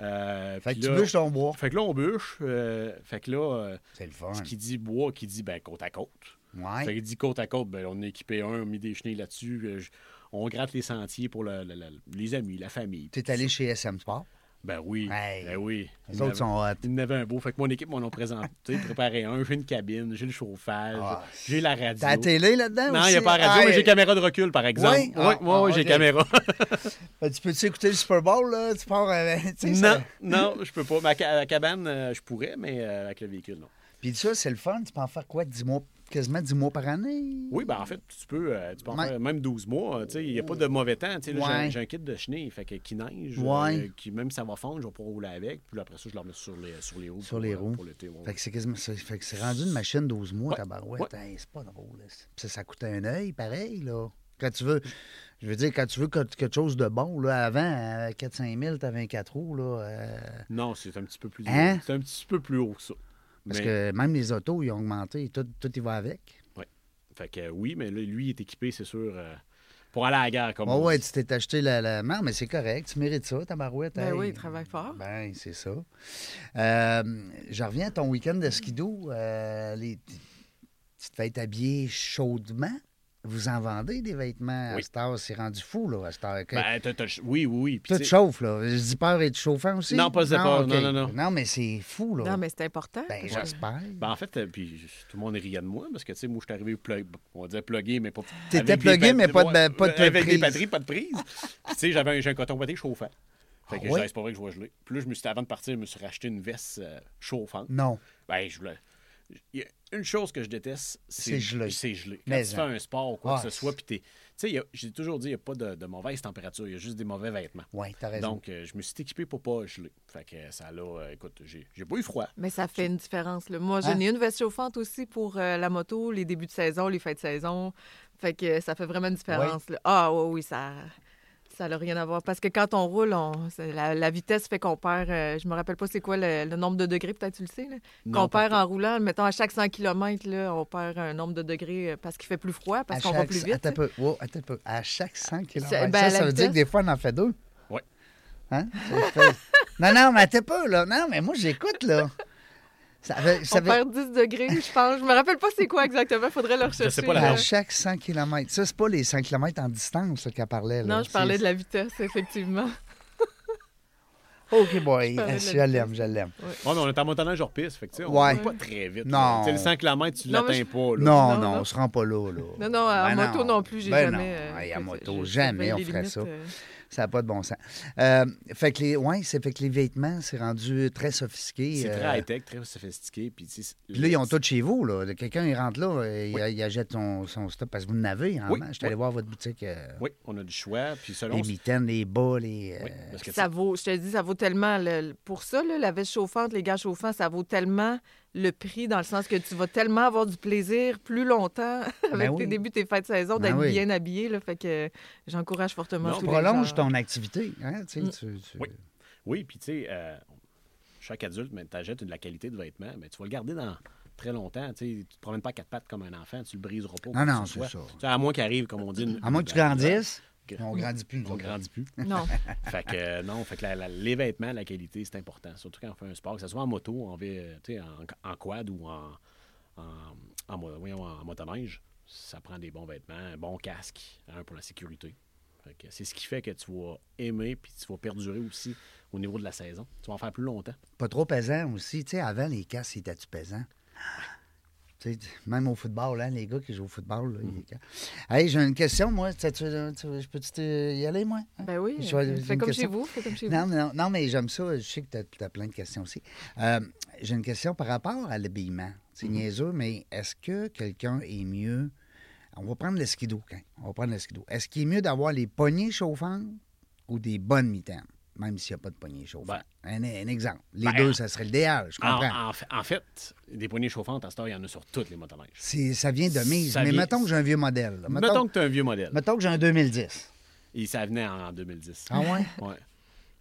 Speaker 3: Euh,
Speaker 1: Fait que
Speaker 3: puis
Speaker 1: tu
Speaker 3: là-
Speaker 1: bûches ton bois.
Speaker 3: Fait que là, on bûche. euh, fait que là, euh,
Speaker 1: C'est le fun.
Speaker 3: qui dit bois, qui dit ben, côte à côte. Fait
Speaker 1: Ouais.
Speaker 3: que dit côte à côte, ben, on a équipé un, on a mis des chenilles là-dessus. euh, je- on gratte les sentiers pour le- le- le- les amis, la famille.
Speaker 1: T'es allé chez SM Sport.
Speaker 3: Ben oui.
Speaker 1: Hey.
Speaker 3: Ben oui.
Speaker 1: Les autres sont hot.
Speaker 3: Il y en avait un beau. Fait que mon équipe m'en a présenté, préparé un. J'ai une cabine, j'ai le chauffage,
Speaker 1: Ah.
Speaker 3: j'ai la radio.
Speaker 1: T'as la télé là-dedans
Speaker 3: non,
Speaker 1: aussi?
Speaker 3: il n'y a pas la radio,
Speaker 1: Ah,
Speaker 3: mais j'ai
Speaker 1: ouais.
Speaker 3: caméra de recul, par exemple.
Speaker 1: Oui?
Speaker 3: Oui,
Speaker 1: Ah,
Speaker 3: oui,
Speaker 1: ah,
Speaker 3: oui, j'ai
Speaker 1: ok.
Speaker 3: caméra.
Speaker 1: Ben, tu peux-tu écouter le Super Bowl, là? Tu pars avec... tu sais, ça-
Speaker 3: non, non, je peux pas. Ma ca- la cabane, euh, je pourrais, mais euh, avec le véhicule, non.
Speaker 1: Puis ça, c'est le fun. Tu peux en faire quoi? 10 mois, quasiment 10 mois par année?
Speaker 3: Oui, ben en fait, tu peux, euh, tu peux en
Speaker 1: Ouais.
Speaker 3: faire même 12 mois. euh, tu sais, Il n'y a pas de mauvais temps. tu sais, là, j'ai un-
Speaker 1: Ouais.
Speaker 3: J'ai un kit de chenille, fait que qui neige,
Speaker 1: Ouais.
Speaker 3: euh, qui même si ça va fondre, je vais pouvoir rouler avec. Puis là, après ça, je le remets sur les, sur les roues.
Speaker 1: Sur
Speaker 3: pour,
Speaker 1: les
Speaker 3: euh,
Speaker 1: roues.
Speaker 3: Pour l'été. ouais.
Speaker 1: Fait que c'est quasiment. c'est- Fait que c'est rendu une machine 12 mois,
Speaker 3: Ouais,
Speaker 1: tabarouette.
Speaker 3: ouais.
Speaker 1: Hey, c'est pas drôle. là. Puis ça, ça coûte un œil, pareil, là. Quand tu veux. Je veux dire, quand tu veux que- quelque chose de bon, là, avant, à 4-5 000, t'avais un 4 roues, là. euh,
Speaker 3: Non, c'est un petit peu plus
Speaker 1: Hein?
Speaker 3: C'est un petit peu plus haut que ça.
Speaker 1: parce
Speaker 3: Mais-
Speaker 1: que même les autos, ils ont augmenté. Tout, tout y va avec.
Speaker 3: Fait que euh, oui, mais là, lui, il est équipé, c'est sûr, euh, pour aller à la guerre, comme
Speaker 1: Ouais,
Speaker 3: on
Speaker 1: Bah Oh, ouais,
Speaker 3: dit.
Speaker 1: tu t'es acheté la, la. Non, mais c'est correct. Tu mérites ça, tabarouette.
Speaker 2: Ben
Speaker 1: hey.
Speaker 2: oui, il travaille
Speaker 3: Ah.
Speaker 2: fort.
Speaker 1: Ben, c'est ça. Euh, je reviens à ton week-end de skido. Euh, les... Tu te fais être habillé chaudement. Vous en vendez des vêtements à
Speaker 3: Oui.
Speaker 1: cette heure, c'est rendu fou, là, à cette heure. Que-
Speaker 3: Ben, t'as- t'as- oui, oui, oui. Puis,
Speaker 1: Tout
Speaker 3: tu sais,
Speaker 1: chauffe, là. Je dis peur et de chauffant aussi. Ah,
Speaker 3: Non, pas de peur.
Speaker 1: ok.
Speaker 3: Non, non, non.
Speaker 1: mais c'est fou, là.
Speaker 3: oh.
Speaker 2: Non, mais c'est important.
Speaker 1: Ben,
Speaker 2: Ouais.
Speaker 1: j'espère.
Speaker 3: ben, en fait, euh, puis tout le monde riait de moi parce que, tu sais, moi, je suis arrivé plug, on disait plugué, mais pas.
Speaker 1: T'étais
Speaker 3: avec des
Speaker 1: plugué,
Speaker 3: pat-
Speaker 1: mais pas de-
Speaker 3: ouais,
Speaker 1: ben, pas de
Speaker 3: Avec
Speaker 1: prise.
Speaker 3: des batteries, pas de prise. Puis, tu sais, j'avais un, j'ai un coton batté chauffant. Fait que
Speaker 1: Ah
Speaker 3: je
Speaker 1: ouais?
Speaker 3: disais, c'est pas vrai que je vais geler. Puis là, je me suis dit, avant de partir, je me suis racheté une veste euh, chauffante.
Speaker 1: Non.
Speaker 3: Ben, je voulais. Il y a une chose que je déteste, c'est
Speaker 1: C'est gelé.
Speaker 3: C'est gelé. Quand
Speaker 1: Mais
Speaker 3: tu
Speaker 1: en-
Speaker 3: fais un sport ou quoi
Speaker 1: Ah,
Speaker 3: que ce soit, puis t'es. Tu sais, il y a- j'ai toujours dit, il n'y a pas de, de mauvaise température, il y a juste des mauvais vêtements.
Speaker 1: Oui, t'as raison.
Speaker 3: Donc, euh, je me suis équipé pour pas geler. Fait que euh, ça là, euh, écoute, j'ai j'ai pas eu froid.
Speaker 2: Mais ça fait une différence. là. Moi, j'en
Speaker 1: Hein?
Speaker 2: ai une veste chauffante aussi pour euh, la moto, les débuts de saison, les fêtes de saison. Fait que euh, ça fait vraiment une différence. là. Ah oui, oui, ça ça n'a rien à voir. Parce que quand on roule, on, c'est- la, la vitesse fait qu'on perd, euh, je me rappelle pas c'est quoi le, le nombre de degrés, peut-être tu le sais, là,
Speaker 3: Non,
Speaker 2: qu'on
Speaker 3: pas
Speaker 2: perd en roulant. Mettons, à chaque 100 km, là, on perd un nombre de degrés euh, parce qu'il fait plus froid, parce
Speaker 1: À
Speaker 2: qu'on va
Speaker 1: chaque-
Speaker 2: plus vite.
Speaker 1: Attends un peu. Wow, attends un peu. À chaque 100 km.
Speaker 2: C'est- ben,
Speaker 1: ça,
Speaker 2: à
Speaker 1: ça
Speaker 2: la
Speaker 1: veut dire que
Speaker 2: vitesse.
Speaker 1: des fois, on en fait deux.
Speaker 3: Ouais.
Speaker 1: Hein? Ça fait- non, non, mais attends pas, là. Non, mais moi, j'écoute, là. Ça avait- ça
Speaker 2: On
Speaker 1: avait-
Speaker 2: perd 10 degrés, je pense. Je me rappelle pas c'est quoi exactement. Faudrait le rechercher.
Speaker 3: sais pas la
Speaker 2: là.
Speaker 1: à chaque 100 km. Ça, c'est pas les 100 km en distance là, qu'elle parlait. là.
Speaker 2: Non, je parlais de la vitesse, effectivement.
Speaker 1: C'est- OK, boy. Ah,
Speaker 2: je parlais de
Speaker 1: Je
Speaker 2: la
Speaker 1: l'aime, je l'aime.
Speaker 3: Ouais, mais on est en montagnage hors piste, fait que, tu sais, on
Speaker 1: Ouais.
Speaker 3: va pas très vite.
Speaker 1: Non.
Speaker 3: là. Tu sais, le 100 km, tu
Speaker 2: Non, mais
Speaker 3: l'atteins
Speaker 1: Non,
Speaker 3: pas. là.
Speaker 1: non,
Speaker 2: Non, non.
Speaker 1: on se rend pas là. là.
Speaker 2: Non, non,
Speaker 1: Ben
Speaker 2: en moto non, plus, j'ai
Speaker 1: Ben
Speaker 2: jamais.
Speaker 1: non.
Speaker 2: euh,
Speaker 1: Hey, en
Speaker 2: écoute,
Speaker 1: moto,
Speaker 2: je- je
Speaker 1: jamais
Speaker 2: savais
Speaker 1: on
Speaker 2: les
Speaker 1: ferait
Speaker 2: limites,
Speaker 1: ça.
Speaker 2: euh,
Speaker 1: Ça n'a pas de bon sens. Euh, fait que les, ouais, c'est fait que les vêtements, c'est rendu très sophistiqué.
Speaker 3: C'est
Speaker 1: euh,
Speaker 3: très high-tech, très sophistiqué. Puis tu sais,
Speaker 1: Puis là, ils ont tout chez vous. là. Quelqu'un, il rentre là, euh, il, il achète son, son stock parce que vous en avez. en
Speaker 3: Oui,
Speaker 1: masse. Je suis allé
Speaker 3: oui.
Speaker 1: voir votre boutique. euh,
Speaker 3: Oui, on a du choix. Puis selon.
Speaker 1: les mitaines, les bas, les. euh,
Speaker 3: Oui, parce que, tu sais,
Speaker 2: Ça vaut, je te dis, ça vaut tellement. le- pour ça, là, la veste chauffante, les gars chauffants, ça vaut tellement le prix dans le sens que tu vas tellement avoir du plaisir plus longtemps avec
Speaker 1: Ben oui.
Speaker 2: tes débuts, tes fêtes de saison,
Speaker 1: Ben
Speaker 2: d'être
Speaker 1: oui.
Speaker 2: bien habillé. Là, fait que j'encourage fortement.
Speaker 3: Non,
Speaker 2: tous les
Speaker 1: prolonge
Speaker 2: gens.
Speaker 1: ton activité. Hein, tu sais,
Speaker 2: Mm.
Speaker 1: tu- tu-
Speaker 3: Oui. Oui, puis tu sais, euh, chaque adulte, tu achètes de la qualité de vêtements, mais tu vas le garder dans très longtemps. Tu ne te promènes pas à quatre pattes comme un enfant, tu le briseras pas. quoi que
Speaker 1: non,
Speaker 3: ce
Speaker 1: c'est
Speaker 3: soit.
Speaker 1: ça.
Speaker 3: Tu sais, à moins qu'il arrive, comme on dit. une-
Speaker 1: À moins que tu
Speaker 3: ben,
Speaker 1: grandisses.
Speaker 3: que-
Speaker 1: On grandit plus. nous
Speaker 3: On
Speaker 1: autres.
Speaker 3: grandit plus.
Speaker 2: Non.
Speaker 3: fait que euh, non, fait que la- la- les vêtements, la qualité, c'est important. Surtout quand on fait un sport, que ce soit en moto, en, vé- euh, tu sais, en, en quad ou en, en, en mo- voyons, en motoneige, ça prend des bons vêtements, un bon casque hein, pour la sécurité. Fait que C'est ce qui fait que tu vas aimer puis tu vas perdurer aussi au niveau de la saison. Tu vas en faire plus longtemps.
Speaker 1: Pas trop pesant aussi. Tu sais, avant, les casques, ils étaient-tu pesants? Tu sais, Même au football, hein, les gars qui jouent au football.
Speaker 3: Mm.
Speaker 1: là, les gars. Hey, j'ai une question, moi. Tu- tu- tu- Je peux-tu te- y aller, moi? Hein?
Speaker 2: Ben oui.
Speaker 1: Je vais-
Speaker 2: euh,
Speaker 1: j'ai
Speaker 2: Fais
Speaker 1: une
Speaker 2: comme
Speaker 1: question.
Speaker 2: chez vous. Fais comme chez
Speaker 1: Non,
Speaker 2: vous.
Speaker 1: non, non, mais j'aime ça. Je sais que tu as, plein de questions aussi. Euh, J'ai une question par rapport à l'habillement. C'est niaiseux, mais est-ce que quelqu'un est mieux... On va prendre le skido, quand. On va prendre le skido. Est-ce qu'il est mieux d'avoir les poignées chauffantes ou des bonnes mitaines, même s'il n'y a pas de poignées chauffantes? Un, un exemple. Les
Speaker 3: Ben,
Speaker 1: deux, ça serait l'idéal, je
Speaker 3: En,
Speaker 1: comprends.
Speaker 3: en fait- en fait, des poignées chauffantes, à ce temps, il y en a sur toutes les motoneiges.
Speaker 1: C'est- Ça vient de mise.
Speaker 3: Ça
Speaker 1: mais
Speaker 3: vient-
Speaker 1: mettons que j'ai un vieux modèle. là.
Speaker 3: Mettons,
Speaker 1: Mettons,
Speaker 3: que tu as un vieux modèle.
Speaker 1: mettons que j'ai un 2010.
Speaker 3: Et ça venait en 2010.
Speaker 1: Ah ouais?
Speaker 3: Ouais.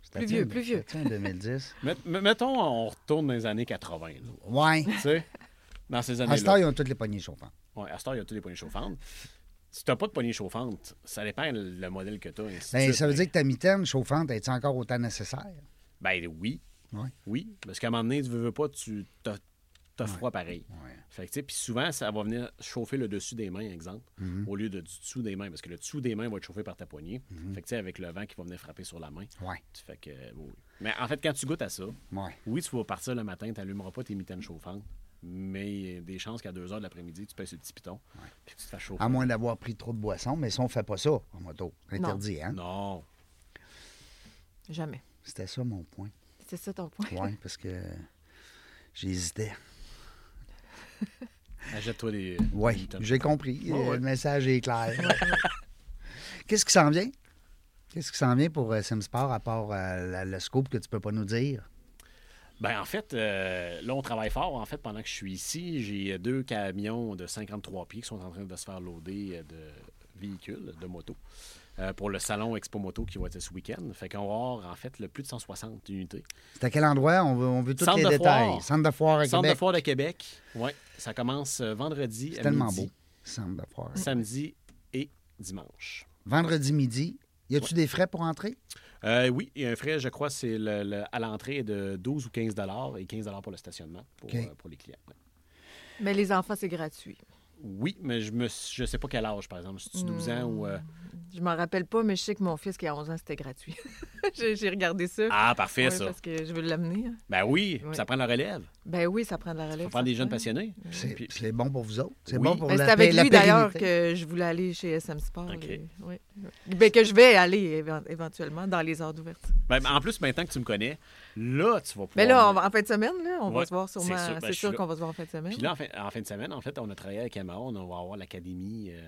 Speaker 1: C'était-tu
Speaker 2: vieux,
Speaker 1: un-
Speaker 2: plus vieux.
Speaker 1: c'était-tu un 2010.
Speaker 3: Met- mettons, on retourne dans les années 80. là.
Speaker 1: Ouais.
Speaker 3: Tu sais, dans ces
Speaker 1: À ce temps,
Speaker 3: années-là.
Speaker 1: ils ont toutes les poignées chauffantes.
Speaker 3: Ouais, à ce temps, il y a tous les poignées chauffantes. Si tu n'as pas de poignée chauffante, ça dépend le modèle que tu as.
Speaker 1: Ben, ça veut dire que ta mitaine chauffante est encore autant nécessaire?
Speaker 3: Ben oui.
Speaker 1: Ouais.
Speaker 3: Oui. Parce qu'à un moment donné, tu veux, veux pas, tu t'as t'as froid pareil. Fait que, tu sais, puis souvent, ça va venir chauffer le dessus des mains, exemple,
Speaker 1: Mhm.
Speaker 3: au lieu de, du dessous des mains, parce que le dessous des mains va être chauffé par ta poignée.
Speaker 1: Mhm.
Speaker 3: Fait que, tu sais, avec le vent qui va venir frapper sur la main.
Speaker 1: Ouais.
Speaker 3: tu- Fait que, euh, oui. Mais en fait, quand tu goûtes à ça,
Speaker 1: Ouais.
Speaker 3: oui, tu vas partir le matin, tu n'allumeras pas tes mitaines chauffantes, mais il y a des chances qu'à 2 h de l'après-midi, tu pèses le petit piton, puis que tu te fasses chauffer.
Speaker 1: À moins d'avoir pris trop de boissons, mais ça, on fait pas ça en moto. Interdit, hein?
Speaker 3: Non.
Speaker 2: Jamais.
Speaker 1: C'était ça mon point.
Speaker 2: C'est ça ton point.
Speaker 1: Oui, parce que j'hésitais.
Speaker 3: Achète-toi des. des
Speaker 1: Oui,
Speaker 3: mitaines.
Speaker 1: j'ai compris.
Speaker 3: Ouais,
Speaker 1: Euh,
Speaker 3: ouais.
Speaker 1: Le message est clair. Qu'est-ce qui s'en vient? Qu'est-ce qui s'en vient pour euh, Simsport à part euh, la- le scoop que tu peux pas nous dire?
Speaker 3: Ben, en fait, euh, là, on travaille fort. En fait, pendant que je suis ici, j'ai euh, deux camions de 53 pieds qui sont en train de se faire loader euh, de véhicules, de motos, euh, pour le salon Expo Moto qui va être ce week-end. Fait qu'on va avoir, en fait, le plus de 160 unités.
Speaker 1: C'est à quel endroit? On veut, on veut tous
Speaker 3: Centre
Speaker 1: les
Speaker 3: de
Speaker 1: détails.
Speaker 3: foire.
Speaker 1: Centre de foire à
Speaker 3: Centre
Speaker 1: Québec.
Speaker 3: de foire de Québec. Oui, ça commence euh, vendredi.
Speaker 1: C'est
Speaker 3: à
Speaker 1: tellement
Speaker 3: midi,
Speaker 1: beau. Centre de foire.
Speaker 3: Samedi et dimanche.
Speaker 1: Vendredi midi, y a-tu des frais pour entrer?
Speaker 3: Euh, oui, il y a un frais, je crois, c'est le- le- à l'entrée de 12 ou 15 et 15 pour le stationnement pour,
Speaker 1: OK.
Speaker 3: euh, pour les clients. ouais.
Speaker 2: Mais les enfants, c'est gratuit.
Speaker 3: Oui, mais je ne je sais pas quel âge, par exemple. Si tu 12 ans ou. euh,
Speaker 2: Je m'en rappelle pas, mais je sais que mon fils qui a 11 ans, c'était gratuit. J'ai j'ai regardé ça.
Speaker 3: Ah, parfait,
Speaker 2: Mm. Ouais,
Speaker 3: ça.
Speaker 2: Parce que je veux l'amener. hein.
Speaker 3: Ben oui,
Speaker 2: Oui.
Speaker 3: ça prend la relève.
Speaker 2: Ben oui, ça prend de la
Speaker 3: Ça
Speaker 2: relève.
Speaker 3: prend des
Speaker 2: certain.
Speaker 3: jeunes passionnés.
Speaker 1: C'est
Speaker 3: Puis-
Speaker 1: c'est bon pour vous autres. C'est
Speaker 3: Oui.
Speaker 1: bon pour
Speaker 2: Ben,
Speaker 1: la
Speaker 2: c'est avec
Speaker 1: pé- la
Speaker 2: lui d'ailleurs
Speaker 1: pérennité.
Speaker 2: que je voulais aller chez SM Sport.
Speaker 3: OK.
Speaker 2: et- oui. Ben, que je vais aller éven- éventuellement dans les heures d'ouverture.
Speaker 3: Ben, en plus, maintenant que tu me connais, là, tu vas pouvoir.
Speaker 2: Mais Ben là, on va- en fin de semaine, là, on va
Speaker 3: ben Ouais,
Speaker 2: se voir
Speaker 3: c'est
Speaker 2: sûrement.
Speaker 3: sûr, ben,
Speaker 2: C'est
Speaker 3: je suis
Speaker 2: sûr
Speaker 3: là.
Speaker 2: qu'on va se voir en fin de semaine.
Speaker 3: Puis là, en fin, en fin de semaine, en fait, on a travaillé avec Yamaha. On va avoir l'Académie euh,